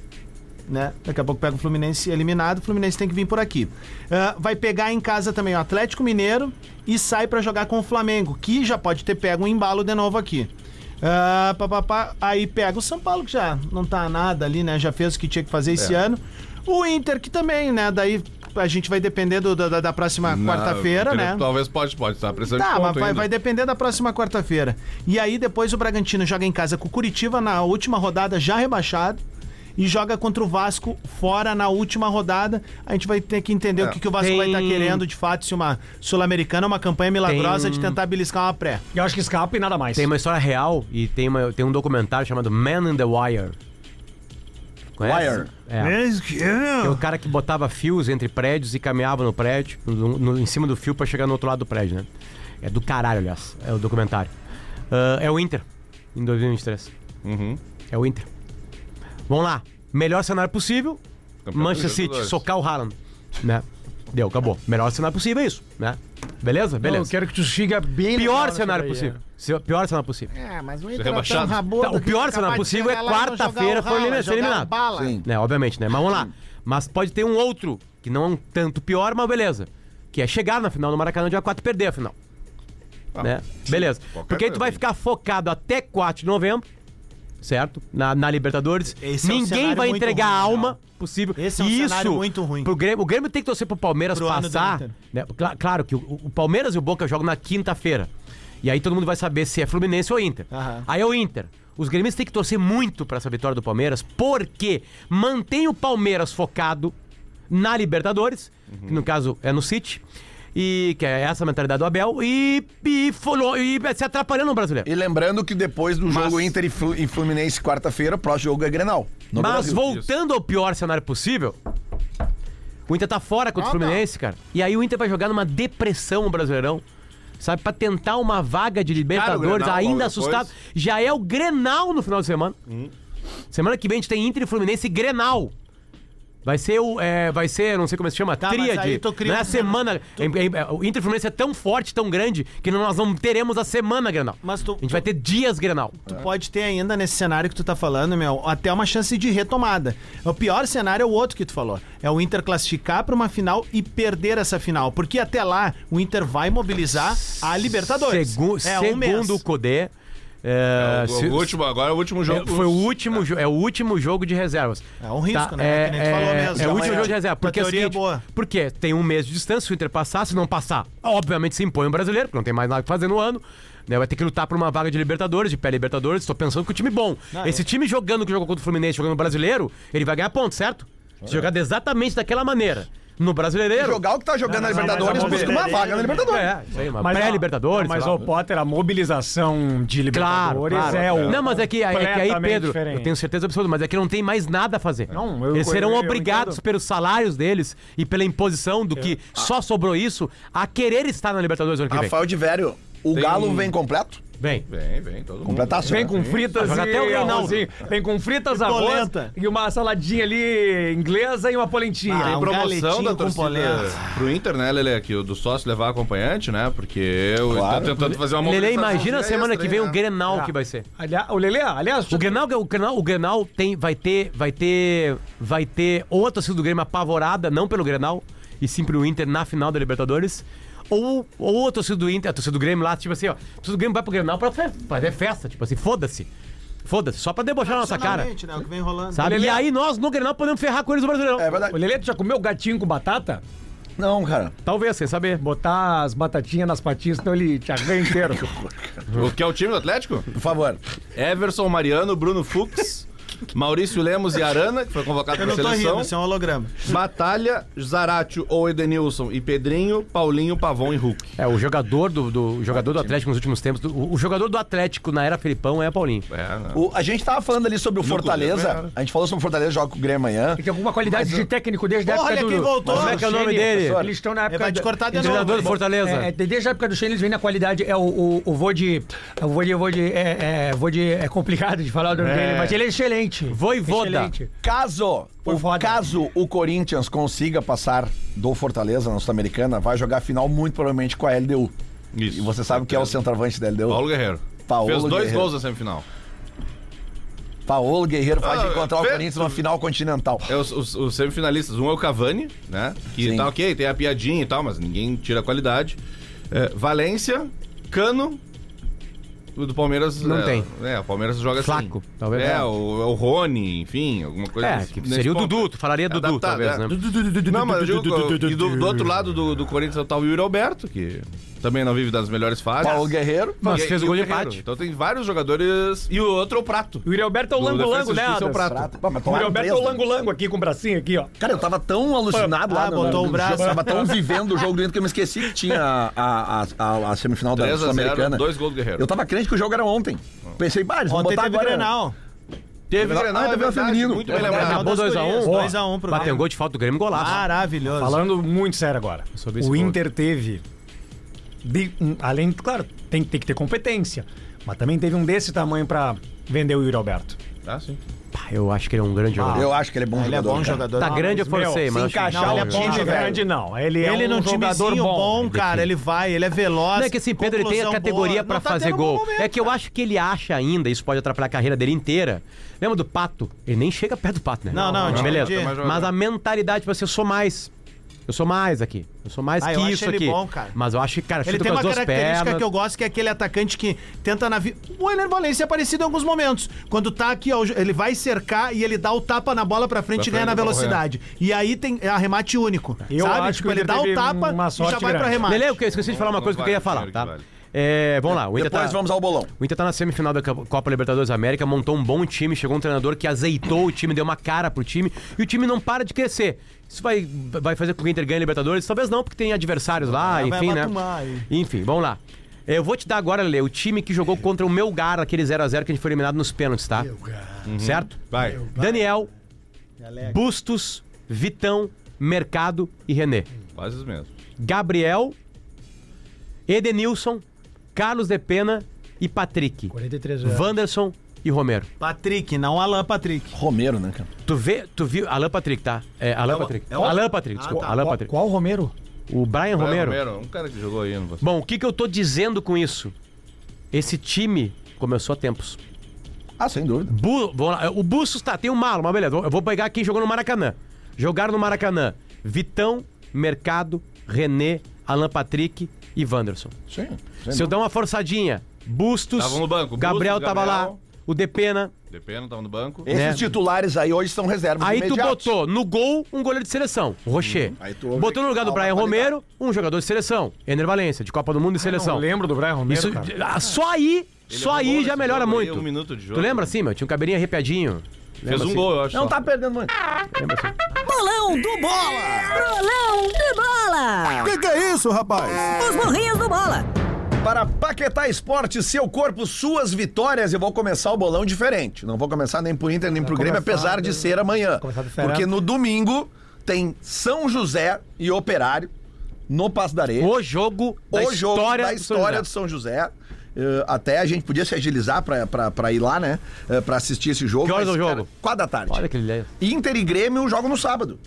Speaker 3: Né? Daqui a pouco pega o Fluminense eliminado, o Fluminense tem que vir por aqui. Ah, vai pegar em casa também o Atlético Mineiro e sai pra jogar com o Flamengo, que já pode ter pego um embalo de novo aqui. Ah, pá, pá, pá. Aí pega o São Paulo, que já não tá nada ali, né? Já fez o que tinha que fazer esse
Speaker 13: É.
Speaker 3: ano. O Inter, que também, né? Daí a gente vai depender do- da, da- da próxima
Speaker 5: Na- é
Speaker 3: quarta-feira, né?
Speaker 5: Talvez pode, pode, tá precisando de
Speaker 3: Tá,
Speaker 5: ponto
Speaker 3: mas vai,
Speaker 5: ainda.
Speaker 3: vai depender da próxima quarta-feira. E aí depois o Bragantino joga em casa com o Curitiba na última rodada já rebaixado e joga contra o Vasco fora na última rodada. A gente vai ter que entender
Speaker 4: É.
Speaker 3: o que, que o Vasco
Speaker 4: Tem-
Speaker 3: vai estar querendo de fato se uma sul-americana é uma campanha milagrosa de tentar beliscar uma pré.
Speaker 9: Eu acho que escapa e nada mais.
Speaker 4: Tem uma história real e tem, uma- tem um documentário chamado Man in the Wire.
Speaker 2: Wire?
Speaker 4: É. Tem o cara que botava fios entre prédios e caminhava no prédio, no- no- em cima do fio pra chegar no outro lado do prédio, né? É do caralho, aliás, é o documentário. Ah, é o Inter, em 2023.
Speaker 5: Uhum.
Speaker 4: É o Inter. Vamos lá. Melhor cenário possível,
Speaker 5: Campeão
Speaker 4: Manchester
Speaker 5: dos
Speaker 4: City,
Speaker 5: Libertadores.
Speaker 4: socar o Haaland, né? Deu, acabou. Melhor cenário possível é isso, né? Beleza? Beleza.
Speaker 10: eu quero que tu siga bem legal
Speaker 4: Pior
Speaker 10: nessa
Speaker 4: cenário
Speaker 10: daí,
Speaker 4: possível.
Speaker 10: é.
Speaker 4: Se- Pior cenário possível.
Speaker 10: É, mas o
Speaker 4: Inter é tão Rebaixado. rabudo Tá, o que pior é capaz cenário de possível é chegar lá e não quarta-feira jogar o foi Haaland, eliminado- ser jogar eliminado.
Speaker 10: Bala.
Speaker 4: Sim. Né, obviamente, né? Mas vamos lá. Mas pode ter um outro, que não é um tanto pior, mas beleza. Que é chegar na final do Maracanã dia 4 e perder a final.
Speaker 3: Ah,
Speaker 4: né? Beleza.
Speaker 5: qualquer
Speaker 4: Porque aí tu
Speaker 5: coisa.
Speaker 4: vai ficar focado até 4 de novembro, certo? Na, na Libertadores.
Speaker 3: Esse é um
Speaker 4: Ninguém
Speaker 3: cenário
Speaker 4: vai
Speaker 3: muito
Speaker 4: entregar
Speaker 3: ruim,
Speaker 4: a
Speaker 3: na
Speaker 4: alma
Speaker 3: real.
Speaker 4: possível.
Speaker 3: Esse é um
Speaker 4: E
Speaker 3: cenário muito ruim.
Speaker 4: Pro Grêmio, o Grêmio tem que torcer pro Palmeiras
Speaker 3: Pro ano do
Speaker 4: passar.
Speaker 3: Inter.
Speaker 4: né? Cla- claro que o, o Palmeiras e o Boca jogam na quinta-feira. E aí todo mundo vai saber se é Fluminense ou Inter. Aí é o Inter. Os gremistas têm que torcer muito pra essa vitória do Palmeiras, porque mantém o Palmeiras focado na Libertadores, que no caso é no City, e que é essa a mentalidade do Abel, e, e, folou- e se atrapalhando no brasileiro.
Speaker 2: E lembrando que depois do jogo Inter e Flu- e Fluminense quarta-feira, o próximo jogo é Grenal. no
Speaker 4: Mas
Speaker 2: Brasil.
Speaker 4: voltando ao pior cenário possível, o Inter tá fora contra o
Speaker 2: Ah, tá.
Speaker 4: Fluminense, cara. E aí o Inter vai jogar numa depressão o Brasileirão. Sabe, pra tentar uma vaga de Libertadores,
Speaker 5: Grenal, logo
Speaker 4: ainda
Speaker 5: depois. Hum.
Speaker 4: assustado. Já é o Grenal no final de semana. Semana que vem a gente tem Inter e Fluminense e Grenal. Vai ser o. é, vai ser, não sei como se chama,
Speaker 3: Tá, mas aí
Speaker 4: tríade.
Speaker 3: tu cria
Speaker 4: Não é a
Speaker 3: um-
Speaker 4: semana. é, é, o Inter e Fluminense é tão forte, tão grande, que nós não teremos a semana Grenal.
Speaker 3: Mas tu-
Speaker 4: a gente vai ter dias Grenal.
Speaker 3: Tu pode ter ainda nesse cenário que tu tá falando, meu, até uma chance de retomada. O pior cenário é o outro que tu falou. É o Inter classificar pra uma final e perder essa final. Porque até lá, o Inter vai mobilizar a Libertadores.
Speaker 4: Segu-
Speaker 3: é um mês.
Speaker 4: segundo o Codê. É,
Speaker 5: O-
Speaker 4: se-
Speaker 5: o último, agora é o último jogo.
Speaker 4: é, foi o último, jo- é o último jogo de reservas.
Speaker 3: É um risco,
Speaker 4: Tá,
Speaker 3: né?
Speaker 4: É,
Speaker 3: Que nem tu falou
Speaker 4: é- é
Speaker 3: mesmo.
Speaker 4: o
Speaker 3: Amanhã.
Speaker 4: último jogo de reserva. Porque é
Speaker 3: Tua
Speaker 4: o
Speaker 3: teoria é
Speaker 4: seguinte,
Speaker 3: boa.
Speaker 4: porque tem um mês de distância, se o Inter passar, se não passar, obviamente se impõe o brasileiro, porque não tem mais nada que fazer no ano. né? Vai ter que lutar por uma vaga de Libertadores, de pré-Libertadores. Tô pensando que o time bom.
Speaker 3: Não,
Speaker 4: Esse
Speaker 3: eu-
Speaker 4: time jogando que jogou contra o Fluminense, jogando no brasileiro, ele vai ganhar ponto, certo? Se jogar exatamente daquela maneira. No brasileireiro.
Speaker 2: Jogar o que tá jogando na Libertadores, busca uma vaga na Libertadores.
Speaker 4: É, isso aí, uma
Speaker 9: Mas,
Speaker 4: pré-Libertadores.
Speaker 9: Mas,
Speaker 4: sei lá.
Speaker 9: ô, Potter, a mobilização de
Speaker 4: Claro,
Speaker 9: Libertadores
Speaker 4: claro.
Speaker 9: é o.
Speaker 4: Não, mas é que, é que aí,
Speaker 9: completamente
Speaker 4: Pedro,
Speaker 9: diferente.
Speaker 4: eu tenho certeza absoluta, mas é que não tem mais nada a fazer.
Speaker 9: Não, eu-
Speaker 4: eles serão
Speaker 9: eu- eu
Speaker 4: obrigados
Speaker 9: entendo. É.
Speaker 4: pelos salários deles e pela imposição do que só sobrou isso a querer estar na Libertadores ano que vem.
Speaker 2: Rafael de Vério, o
Speaker 4: Tem-
Speaker 5: um-
Speaker 2: Galo vem completo?
Speaker 4: Vem.
Speaker 5: Vem, vem, todo mundo.
Speaker 2: Completaço,
Speaker 9: Vem
Speaker 2: né?
Speaker 9: com fritas
Speaker 4: Joga
Speaker 9: e
Speaker 4: até o Reinaldo.
Speaker 9: arrozinho. Vem com fritas,
Speaker 3: E
Speaker 9: arroz
Speaker 3: polenta.
Speaker 9: e uma saladinha ali inglesa e uma polentinha.
Speaker 3: Ah,
Speaker 5: Tem
Speaker 3: um
Speaker 5: promoção
Speaker 3: galetinho
Speaker 5: da
Speaker 3: com
Speaker 5: torcida
Speaker 3: polenta.
Speaker 5: pro Inter, né, Lele? Que o do sócio levar acompanhante, né? Porque eu
Speaker 2: Claro.
Speaker 5: tá tentando fazer uma
Speaker 4: Lele,
Speaker 5: mobilização
Speaker 4: imagina a
Speaker 5: extra,
Speaker 4: semana que vem
Speaker 5: né?
Speaker 4: o Grenal
Speaker 9: Ah.
Speaker 4: que vai ser.
Speaker 9: Aliás, o Lelê, aliás,
Speaker 4: O Grenal, o Grenal, o Grenal tem, vai ter, vai ter, vai ter ou a torcida do Grêmio apavorada, não pelo Grenal, e sim pelo Inter na final da Libertadores, ou, ou a torcida do Inter, a torcida do Grêmio lá, tipo assim, ó, a torcida do Grêmio vai pro Grenal pra fe- fazer festa, tipo assim, foda-se. Foda-se, só pra debochar na nossa Tá, cara.
Speaker 3: Tradicionalmente, né, o que vem rolando.
Speaker 4: Sabe?
Speaker 9: Lelê.
Speaker 4: E aí nós no Grenal podemos ferrar com eles no Brasileirão.
Speaker 2: É verdade.
Speaker 9: o Lelê, tu já comeu gatinho com batata?
Speaker 2: Não, cara.
Speaker 4: Talvez, sem saber.
Speaker 9: Botar as batatinhas nas patinhas, então ele te arranha inteiro.
Speaker 5: O que é o time do Atlético?
Speaker 2: Por favor.
Speaker 5: Everson, Mariano, Bruno Fux, Maurício Lemos e Arana, que foi convocado
Speaker 3: Eu
Speaker 5: pra
Speaker 3: não tô
Speaker 5: seleção.
Speaker 3: rindo, isso é um holograma.
Speaker 5: Batalha, Zaratio ou Edenilson e Pedrinho, Paulinho, Pavon e Hulk.
Speaker 4: É, o jogador do, do- o jogador do Atlético nos últimos tempos, do- o, o jogador do Atlético na era Felipão é Paulinho.
Speaker 5: É, né?
Speaker 2: O- a gente tava falando ali sobre o
Speaker 5: Grêmio,
Speaker 2: Fortaleza.
Speaker 5: cara.
Speaker 2: A gente falou sobre o Fortaleza, joga com o Grêmio amanhã.
Speaker 9: Tem alguma qualidade de técnico desde a
Speaker 3: Porra,
Speaker 9: época
Speaker 3: olha
Speaker 9: do...
Speaker 3: quem voltou.
Speaker 9: Mas
Speaker 4: Como é que é o nome
Speaker 9: Ceni,
Speaker 4: dele?
Speaker 9: Eles estão na época...
Speaker 3: vai te
Speaker 9: do-
Speaker 3: cortar de
Speaker 9: Eles-
Speaker 3: novo.
Speaker 4: Treinador do Fortaleza.
Speaker 9: É, é, desde a época do Shane, eles vêm na qualidade. É o, o, o vô de. O vô de. O vô de, é, é, vô de. É complicado de falar o nome dele, mas ele é excelente.
Speaker 4: Voivoda.
Speaker 9: Excelente.
Speaker 2: Caso
Speaker 9: Foi
Speaker 2: o,
Speaker 9: foda.
Speaker 2: caso o Corinthians consiga passar do Fortaleza na Sul-Americana, vai jogar a final muito provavelmente com a LDU.
Speaker 5: Isso.
Speaker 2: E você sabe que é o centroavante da LDU?
Speaker 5: Paulo Guerreiro.
Speaker 2: Paolo
Speaker 5: Fez dois
Speaker 2: Guerreiro.
Speaker 5: gols na semifinal.
Speaker 2: Paolo Guerreiro vai
Speaker 5: Ah,
Speaker 2: encontrar o
Speaker 5: vê-
Speaker 2: Corinthians numa final continental.
Speaker 5: É os, os- os semifinalistas. Um é o Cavani, né? Que
Speaker 2: Sim.
Speaker 5: tá ok, tem a piadinha e tal, mas ninguém tira a qualidade. É, Valência, Cano. O do Palmeiras.
Speaker 4: Não
Speaker 5: é,
Speaker 4: tem.
Speaker 5: É, o Palmeiras joga
Speaker 4: Flaco,
Speaker 5: assim.
Speaker 4: talvez.
Speaker 5: É, o, é o Rony, enfim, alguma coisa
Speaker 4: É,
Speaker 5: nesse-
Speaker 4: que
Speaker 5: nesse
Speaker 4: seria o
Speaker 5: ponto.
Speaker 4: Dudu, tu falaria Dudu,
Speaker 5: Adaptado,
Speaker 4: talvez,
Speaker 5: é.
Speaker 4: né?
Speaker 5: Não, mas eu digo, e do, do outro lado do, do Corinthians tá o Yuri Alberto, que também não vive das melhores fases.
Speaker 2: Paulo Guerreiro.
Speaker 5: E- e Guerreiro. Então tem vários jogadores. E o outro é o Prato.
Speaker 9: O Yuri Alberto é o
Speaker 5: Do
Speaker 9: Lango
Speaker 5: Defesa
Speaker 9: Lango,
Speaker 5: e
Speaker 9: né?
Speaker 5: Justiça é o
Speaker 9: Adas?
Speaker 5: Prato.
Speaker 2: Pá, mas
Speaker 9: O Yuri
Speaker 2: tomaram
Speaker 9: Alberto é
Speaker 2: três,
Speaker 9: o
Speaker 2: né?
Speaker 9: Lango Lango aqui com o bracinho aqui, ó.
Speaker 2: Cara, eu tava tão alucinado lá.
Speaker 3: Ah,
Speaker 2: no-
Speaker 3: botou
Speaker 2: no-
Speaker 3: o
Speaker 2: no
Speaker 3: braço.
Speaker 2: jogo, Tava tão vivendo o jogo do Inter que eu me esqueci que tinha a, a, a- a- a semifinal da
Speaker 5: 3 a 0,
Speaker 2: Sul-Americana.
Speaker 5: dois gols do Guerreiro.
Speaker 2: Eu tava crente que o jogo era ontem. Pensei, bah, eles vão
Speaker 3: Ontem
Speaker 2: botar
Speaker 3: teve
Speaker 2: agora.
Speaker 3: Grenal.
Speaker 5: Teve
Speaker 2: Ah,
Speaker 5: Grenal, é
Speaker 2: teve o
Speaker 5: verdade,
Speaker 2: feminino.
Speaker 5: Muito
Speaker 2: É
Speaker 5: bem
Speaker 2: verdade.
Speaker 5: lembrado.
Speaker 3: Acabou
Speaker 4: Acabou 2x1.
Speaker 3: 2x1 pro
Speaker 4: Bateu um gol de falta do Grêmio, golaço.
Speaker 3: Maravilhoso.
Speaker 9: Falando muito sério agora.
Speaker 4: Sobre esse
Speaker 9: O
Speaker 4: ponto.
Speaker 9: Inter teve. de- um, além, claro, tem, tem que ter competência. Mas também teve um desse tamanho pra vender o Yuri Alberto.
Speaker 5: Tá, sim.
Speaker 4: Pá, eu acho que ele é um grande jogador.
Speaker 2: Eu acho que ele é bom
Speaker 3: Ele é
Speaker 2: jogador.
Speaker 3: bom
Speaker 2: cara.
Speaker 3: jogador.
Speaker 4: Tá
Speaker 3: Não,
Speaker 4: grande, eu
Speaker 3: mas, meu,
Speaker 4: forcei, mas
Speaker 3: se
Speaker 4: acho que-
Speaker 3: encaixar,
Speaker 4: não,
Speaker 3: ele é
Speaker 4: eu
Speaker 3: bom
Speaker 4: acho
Speaker 9: Time
Speaker 3: de
Speaker 4: que-
Speaker 3: velho.
Speaker 9: grande, não. Ele, é
Speaker 3: Ele
Speaker 9: um
Speaker 3: num
Speaker 9: jogador
Speaker 3: timezinho bom,
Speaker 9: bom.
Speaker 4: Define.
Speaker 3: cara. Ele vai, ele é veloz.
Speaker 4: Não é que esse Pedro ele tem a
Speaker 3: conclusão
Speaker 4: categoria
Speaker 3: boa.
Speaker 4: pra
Speaker 3: Não tá
Speaker 4: fazer
Speaker 3: tendo
Speaker 4: gol.
Speaker 3: bom momento,
Speaker 4: é que eu acho que ele acha ainda, isso pode atrapalhar a carreira dele inteira. Lembra do Pato? Ele nem chega perto do Pato, né?
Speaker 3: Não, não, entendi.
Speaker 4: beleza.
Speaker 3: Mas
Speaker 5: joga-
Speaker 4: Mas a mentalidade, tipo assim, eu sou mais. Eu sou mais aqui. Eu sou mais
Speaker 3: Ah,
Speaker 4: que
Speaker 3: eu acho
Speaker 4: isso
Speaker 3: ele
Speaker 4: aqui.
Speaker 3: bom, cara.
Speaker 4: Mas eu acho que, cara,
Speaker 3: Ele
Speaker 4: chuta
Speaker 3: tem
Speaker 4: com
Speaker 3: uma
Speaker 4: as duas
Speaker 3: característica
Speaker 4: pernas.
Speaker 3: que eu gosto, que é aquele atacante que tenta na vida. O Ener Valencia é parecido em alguns momentos. Quando tá aqui, ó, ele vai cercar e ele dá o tapa na bola pra frente
Speaker 5: Pra
Speaker 3: e ganha na
Speaker 5: frente,
Speaker 3: velocidade. E aí tem é arremate único.
Speaker 9: Eu
Speaker 3: sabe? Tipo,
Speaker 9: acho que o
Speaker 3: ele
Speaker 9: Inter
Speaker 3: dá o
Speaker 9: teve
Speaker 3: tapa
Speaker 9: uma
Speaker 3: e já
Speaker 9: sorte
Speaker 3: vai pro
Speaker 9: grande.
Speaker 3: arremate.
Speaker 4: Lele, eu esqueci de falar uma
Speaker 5: Não
Speaker 4: coisa que eu
Speaker 5: vale,
Speaker 4: queria falar,
Speaker 5: dinheiro
Speaker 4: tá?
Speaker 5: que vale.
Speaker 4: É, vamos lá, o Inter
Speaker 2: Depois
Speaker 4: tá-
Speaker 2: vamos ao bolão.
Speaker 4: O Inter tá na semifinal da Copa Libertadores da América, montou um bom time, chegou um treinador que azeitou o time, deu uma cara pro time, e o time não para de crescer. Isso vai, vai fazer com que o Inter ganhe a Libertadores? Talvez não, porque tem adversários lá,
Speaker 3: Ah, vai
Speaker 4: enfim, né?
Speaker 3: matumar aí.
Speaker 4: Enfim, vamos lá. Eu vou te dar agora, Lele, o time que jogou contra o Melgar, aquele 0x0 que a gente foi eliminado nos pênaltis, tá? Uhum. Certo?
Speaker 5: Vai.
Speaker 4: Daniel, Bustos, Vitão, Mercado e René.
Speaker 5: Quase os mesmos.
Speaker 4: Gabriel, Edenilson, Carlos de Pena e Patrick.
Speaker 9: é.
Speaker 14: 43 anos.
Speaker 4: Wanderson e Romero.
Speaker 3: Patrick, não Alan Patrick.
Speaker 2: Romero, né, cara?
Speaker 4: Tu vê, tu viu Alan Patrick, tá? É, Alan Patrick.
Speaker 3: é o-
Speaker 4: Alan Patrick, desculpa, Alan
Speaker 9: Qual,
Speaker 4: Patrick.
Speaker 9: qual o Romero?
Speaker 4: O Brian Romero.
Speaker 5: Um cara que jogou aí no Vasco.
Speaker 4: Bom, o que que eu tô dizendo com isso? Esse time começou há tempos.
Speaker 2: Ah, sem dúvida.
Speaker 4: Bu- vamos lá, o Bustos tá, tem o Malo, mas beleza. Eu vou pegar quem jogou no Maracanã. Jogaram no Maracanã. Vitão, Mercado, René, Alan Patrick e Wanderson.
Speaker 2: Sim. sem
Speaker 4: Se eu der uma forçadinha, Bustos,
Speaker 5: Tava no banco,
Speaker 4: Gabriel
Speaker 5: Bustos,
Speaker 4: tava
Speaker 5: Gabriel.
Speaker 4: lá, o Depena.
Speaker 5: Depena, tava no banco.
Speaker 2: Esses
Speaker 4: né?
Speaker 2: titulares aí hoje são reservas
Speaker 4: Aí tu
Speaker 2: imediatas.
Speaker 4: botou no gol um goleiro de seleção, o Rocher.
Speaker 2: Aí tu ouve
Speaker 4: Botou no lugar do
Speaker 2: alta
Speaker 4: Brian
Speaker 2: qualidade.
Speaker 4: Romero, um jogador de seleção. Ener Valência, de Copa do Mundo e seleção.
Speaker 9: Ah, Não lembro do Brian Romero,
Speaker 4: Isso,
Speaker 9: cara.
Speaker 4: ah, só aí, só
Speaker 5: errou
Speaker 4: aí
Speaker 5: nesse
Speaker 4: já melhora
Speaker 5: jogo aí,
Speaker 4: muito.
Speaker 5: um minuto de jogo.
Speaker 4: Tu lembra assim, meu? Tinha um cabelinho arrepiadinho.
Speaker 5: Fez um gol, eu acho.
Speaker 2: Não
Speaker 5: só.
Speaker 2: tá perdendo muito.
Speaker 15: Bolão do Bola! Bolão do Bola!
Speaker 16: que é isso, rapaz?
Speaker 15: Os morrinhos do Bola!
Speaker 2: Para Paquetá Esporte, seu corpo, suas vitórias. Eu vou começar o bolão diferente. Não vou começar nem pro Inter, nem pro Grêmio,
Speaker 14: começar
Speaker 2: apesar de
Speaker 14: do-
Speaker 2: ser amanhã.
Speaker 14: começar do Ferrari.
Speaker 2: Porque no domingo tem São José e Operário no Passo da Areia.
Speaker 4: O jogo da
Speaker 2: o jogo
Speaker 4: história,
Speaker 2: da
Speaker 4: do São
Speaker 2: história
Speaker 4: José.
Speaker 2: do São José. Eh, até a gente podia se agilizar pra, pra, pra ir lá, né? Eh, pra assistir esse jogo.
Speaker 4: Que horas
Speaker 2: mas,
Speaker 4: é o
Speaker 2: cara,
Speaker 4: jogo?
Speaker 2: Quatro da tarde.
Speaker 4: Olha que é. ideia.
Speaker 2: Inter e Grêmio jogam no sábado.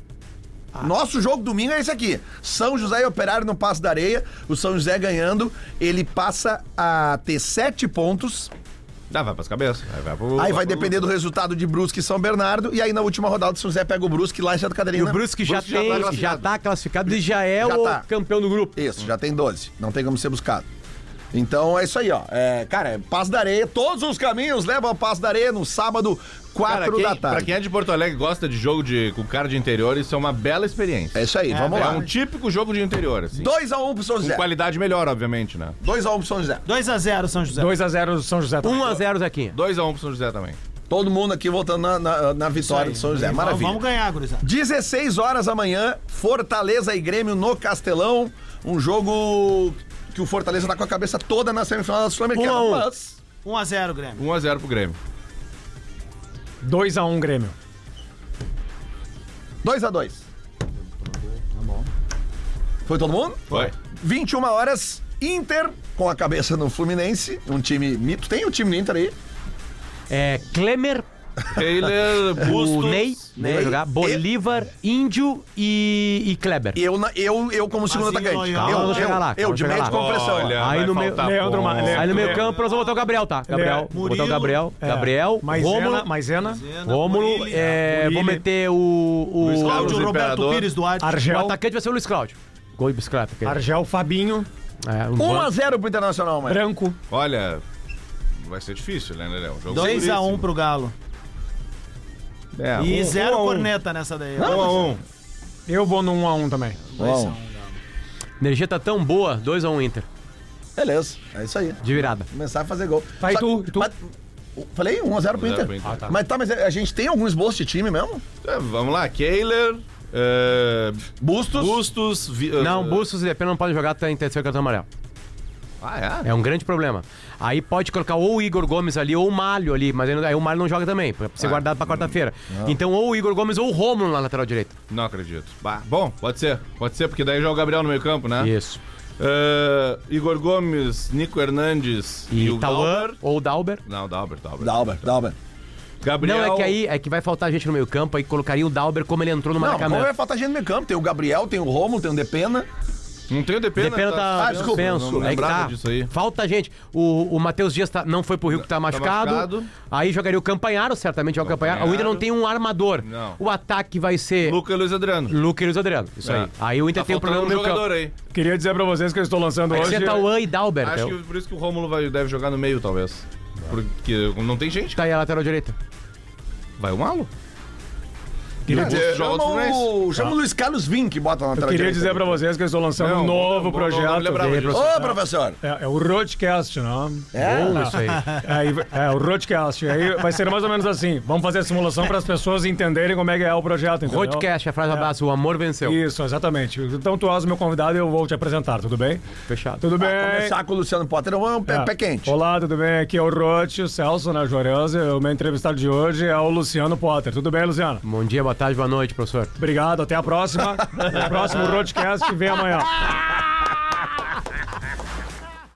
Speaker 4: Ah.
Speaker 2: Nosso jogo domingo é esse aqui. São José e Operário no Passo da Areia. O São José ganhando, ele passa a ter sete pontos.
Speaker 5: Dá, Ah, vai pras cabeças. Aí vai pro.
Speaker 2: aí vai depender do resultado de Brusque e São Bernardo. E aí na última rodada o São José pega o Brusque lá em Santa
Speaker 4: E
Speaker 2: Catarina.
Speaker 4: o Brusque já,
Speaker 5: Brusque já
Speaker 4: tem,
Speaker 5: tá
Speaker 4: já, tá
Speaker 5: classificado.
Speaker 4: classificado e já é
Speaker 2: Já
Speaker 4: o
Speaker 2: tá.
Speaker 4: campeão do grupo.
Speaker 2: Isso, já tem 12. Não tem como ser buscado. Então é isso aí, ó. É, cara, é Passo da Areia. Todos os caminhos levam ao Passo da Areia no sábado,
Speaker 5: Cara,
Speaker 2: 4
Speaker 5: quem-
Speaker 2: da
Speaker 5: Pra quem
Speaker 2: tarde.
Speaker 5: é de Porto Alegre e gosta de jogo de, com cara de interior, isso é uma bela experiência.
Speaker 2: É isso aí, vamos
Speaker 5: É
Speaker 2: lá.
Speaker 5: um típico jogo de interior, assim.
Speaker 2: 2x1 pro São
Speaker 5: Com
Speaker 2: José.
Speaker 5: qualidade melhor, obviamente, né?
Speaker 2: 2x1 pro São José.
Speaker 3: 2x0 São José.
Speaker 9: 2x0 São José. também.
Speaker 4: 1x0, Zequinha.
Speaker 5: 2x1 pro São José também.
Speaker 2: Todo mundo aqui voltando na, na- na vitória do São José.
Speaker 3: Vamos-
Speaker 2: Maravilha.
Speaker 3: Vamos ganhar, gurizada.
Speaker 2: 16 horas amanhã, Fortaleza e Grêmio no Castelão. Um jogo que o Fortaleza tá com a cabeça toda na semifinal da Sul-Americana.
Speaker 4: Um a um.
Speaker 2: Mas
Speaker 3: 1x0, Grêmio.
Speaker 5: 1x0 pro Grêmio.
Speaker 9: 2x1 Grêmio.
Speaker 2: 2x2. Foi todo mundo?
Speaker 5: Foi.
Speaker 2: 21 horas, Inter com a cabeça no Fluminense. Um time mito. Tem um time no Inter aí?
Speaker 4: É Klemer,
Speaker 5: Taylor,
Speaker 4: o
Speaker 5: Bustos.
Speaker 4: Ney, Ney vai jogar. Bolívar, Índio e, e Kleber.
Speaker 11: Eu, na- eu, eu como segundo
Speaker 4: Basílio
Speaker 11: atacante.
Speaker 4: Loyola.
Speaker 11: Eu-
Speaker 4: Calma,
Speaker 11: eu-
Speaker 4: vamos chegar lá,
Speaker 11: eu,
Speaker 4: vamos
Speaker 11: de
Speaker 4: chegar
Speaker 11: médio
Speaker 4: lá.
Speaker 11: com pressão.
Speaker 5: Olha,
Speaker 4: Aí
Speaker 5: vai
Speaker 4: no meio-
Speaker 5: faltar
Speaker 4: Leandro
Speaker 5: ponto.
Speaker 4: Ma- Aí no meio campo nós vamos botar o Gabriel, tá? Gabriel. Vou botar o Gabriel.
Speaker 9: é.
Speaker 4: Gabriel. Rômulo.
Speaker 9: Maisena.
Speaker 4: Rômulo. é, vou meter o. o
Speaker 9: Luiz Cláudio, Roberto
Speaker 4: Imperador.
Speaker 9: Pires Duarte.
Speaker 4: O atacante vai ser o Luiz Cláudio. Gol de bicicleta. aquele.
Speaker 9: Argel Fabinho.
Speaker 4: É, um bom-
Speaker 11: 1x0 pro Internacional, mano.
Speaker 9: Branco.
Speaker 5: Olha, vai ser difícil, né, Lelé? Um jogo
Speaker 3: 2x1 pro Galo.
Speaker 5: duríssimo. É,
Speaker 3: e
Speaker 5: um-
Speaker 3: zero
Speaker 5: um a um.
Speaker 3: corneta nessa daí.
Speaker 5: Um a um.
Speaker 9: Eu vou no 1x1 também.
Speaker 11: Bom,
Speaker 4: Energia tá tão boa, 2x1 Inter.
Speaker 11: beleza. É isso aí.
Speaker 4: De virada.
Speaker 11: Começar a fazer gol.
Speaker 4: Tá,
Speaker 9: Vai
Speaker 11: Só-
Speaker 9: tu, tu.
Speaker 11: mas- Falei 1x0 pro
Speaker 5: 1 a 0
Speaker 11: Inter.
Speaker 5: pro Inter.
Speaker 11: Ah, tá. Mas tá, mas a gente tem algum esboço de time mesmo?
Speaker 4: um.
Speaker 5: É, vamos lá, Kehler. é,
Speaker 11: Bustos.
Speaker 5: Bustos. Vi-
Speaker 4: Não,
Speaker 5: eh,
Speaker 4: Bustos e DP não podem jogar até em terceiro cartão amarelo.
Speaker 5: Ah, é?
Speaker 4: É um grande problema. Aí pode colocar ou o Igor Gomes ali ou o Malho ali, mas aí não- aí o Malho não joga também, pra ser guardado pra quarta-feira. Então ou o Igor Gomes ou o Romulo na lateral direita.
Speaker 5: Não acredito. Bah, bom, pode ser. Pode ser, porque daí joga o Gabriel no meio campo, né?
Speaker 4: Isso.
Speaker 5: Eh, Igor Gomes, Nico Hernandes
Speaker 4: E,
Speaker 5: o
Speaker 4: Tauan
Speaker 5: Dauber.
Speaker 4: ou Dauber.
Speaker 5: Não, Dauber, Dauber.
Speaker 11: Dalber, Dalber.
Speaker 5: Gabriel.
Speaker 4: Não, é que aí é que vai faltar gente no meio campo, aí colocaria o Dauber como ele entrou no
Speaker 11: Não, como vai
Speaker 5: é
Speaker 4: Maracanã.
Speaker 11: faltar gente no meio campo? Tem o Gabriel, tem o Romulo, tem o Depena.
Speaker 5: Não tem o Depena.
Speaker 4: Depena tá
Speaker 11: Ah, desculpa,
Speaker 4: suspenso.
Speaker 5: não
Speaker 4: Aí que
Speaker 5: lembrava
Speaker 4: tá.
Speaker 5: disso aí.
Speaker 4: Falta gente. O, o Matheus Dias tá- não foi pro Rio que tá machucado.
Speaker 5: machucado.
Speaker 4: Aí jogaria o Campanharo, certamente é o Campanharo. O Inter não tem um armador.
Speaker 5: Não.
Speaker 4: O ataque vai ser
Speaker 5: Luca e Luiz Adriano.
Speaker 4: Luca e Luiz Adriano. Isso
Speaker 5: É.
Speaker 4: aí. Aí o Inter
Speaker 5: Tá
Speaker 4: tem um problema
Speaker 5: faltando
Speaker 4: no
Speaker 5: um
Speaker 4: meio campo.
Speaker 5: jogador aí.
Speaker 9: Queria dizer pra vocês que eu estou lançando
Speaker 4: Tem que tá
Speaker 9: hoje.
Speaker 4: ser Tauan e Dauber. É
Speaker 5: Acho
Speaker 4: Acho
Speaker 5: que por isso que o Rômulo vai- deve jogar no meio, talvez. Porque não tem gente.
Speaker 4: Tá aí a lateral direita.
Speaker 5: Vai o Malo. É,
Speaker 9: Queria
Speaker 5: Não,
Speaker 9: dizer-
Speaker 5: joga
Speaker 11: Chama
Speaker 5: outro Fluminense.
Speaker 11: o, chama o Luiz Carlos Vim que bota na
Speaker 9: Eu
Speaker 11: lateral
Speaker 9: queria
Speaker 11: direita.
Speaker 9: dizer pra vocês que eu estou lançando
Speaker 5: Não,
Speaker 9: um novo
Speaker 5: bom, bom, não
Speaker 9: projeto.
Speaker 5: lembrava disso.
Speaker 11: Ô, professor.
Speaker 9: É, é o Roadcast, não?
Speaker 11: É?
Speaker 4: Bom isso aí.
Speaker 9: Aí, é, o Roadcast. Aí vai ser mais ou menos assim. Vamos fazer a simulação para as pessoas entenderem como é que é o projeto, entendeu?
Speaker 4: Podcast, a frase
Speaker 5: É.
Speaker 4: abraço, o amor venceu.
Speaker 9: Isso, exatamente. Então tu és o meu convidado e eu vou te apresentar, tudo bem?
Speaker 4: Fechado.
Speaker 9: Tudo bem.
Speaker 11: Ah, Começar com o Luciano Potter é um pé,
Speaker 9: É.
Speaker 11: pé quente.
Speaker 9: Olá, tudo bem? Aqui é o Rote, o Celso na Juareza. O meu entrevistado de hoje é o Luciano Potter. Tudo bem, Luciano?
Speaker 4: Bom dia, boa tarde, boa noite, professor.
Speaker 9: Obrigado, até a próxima. o próximo Roadcast vem amanhã.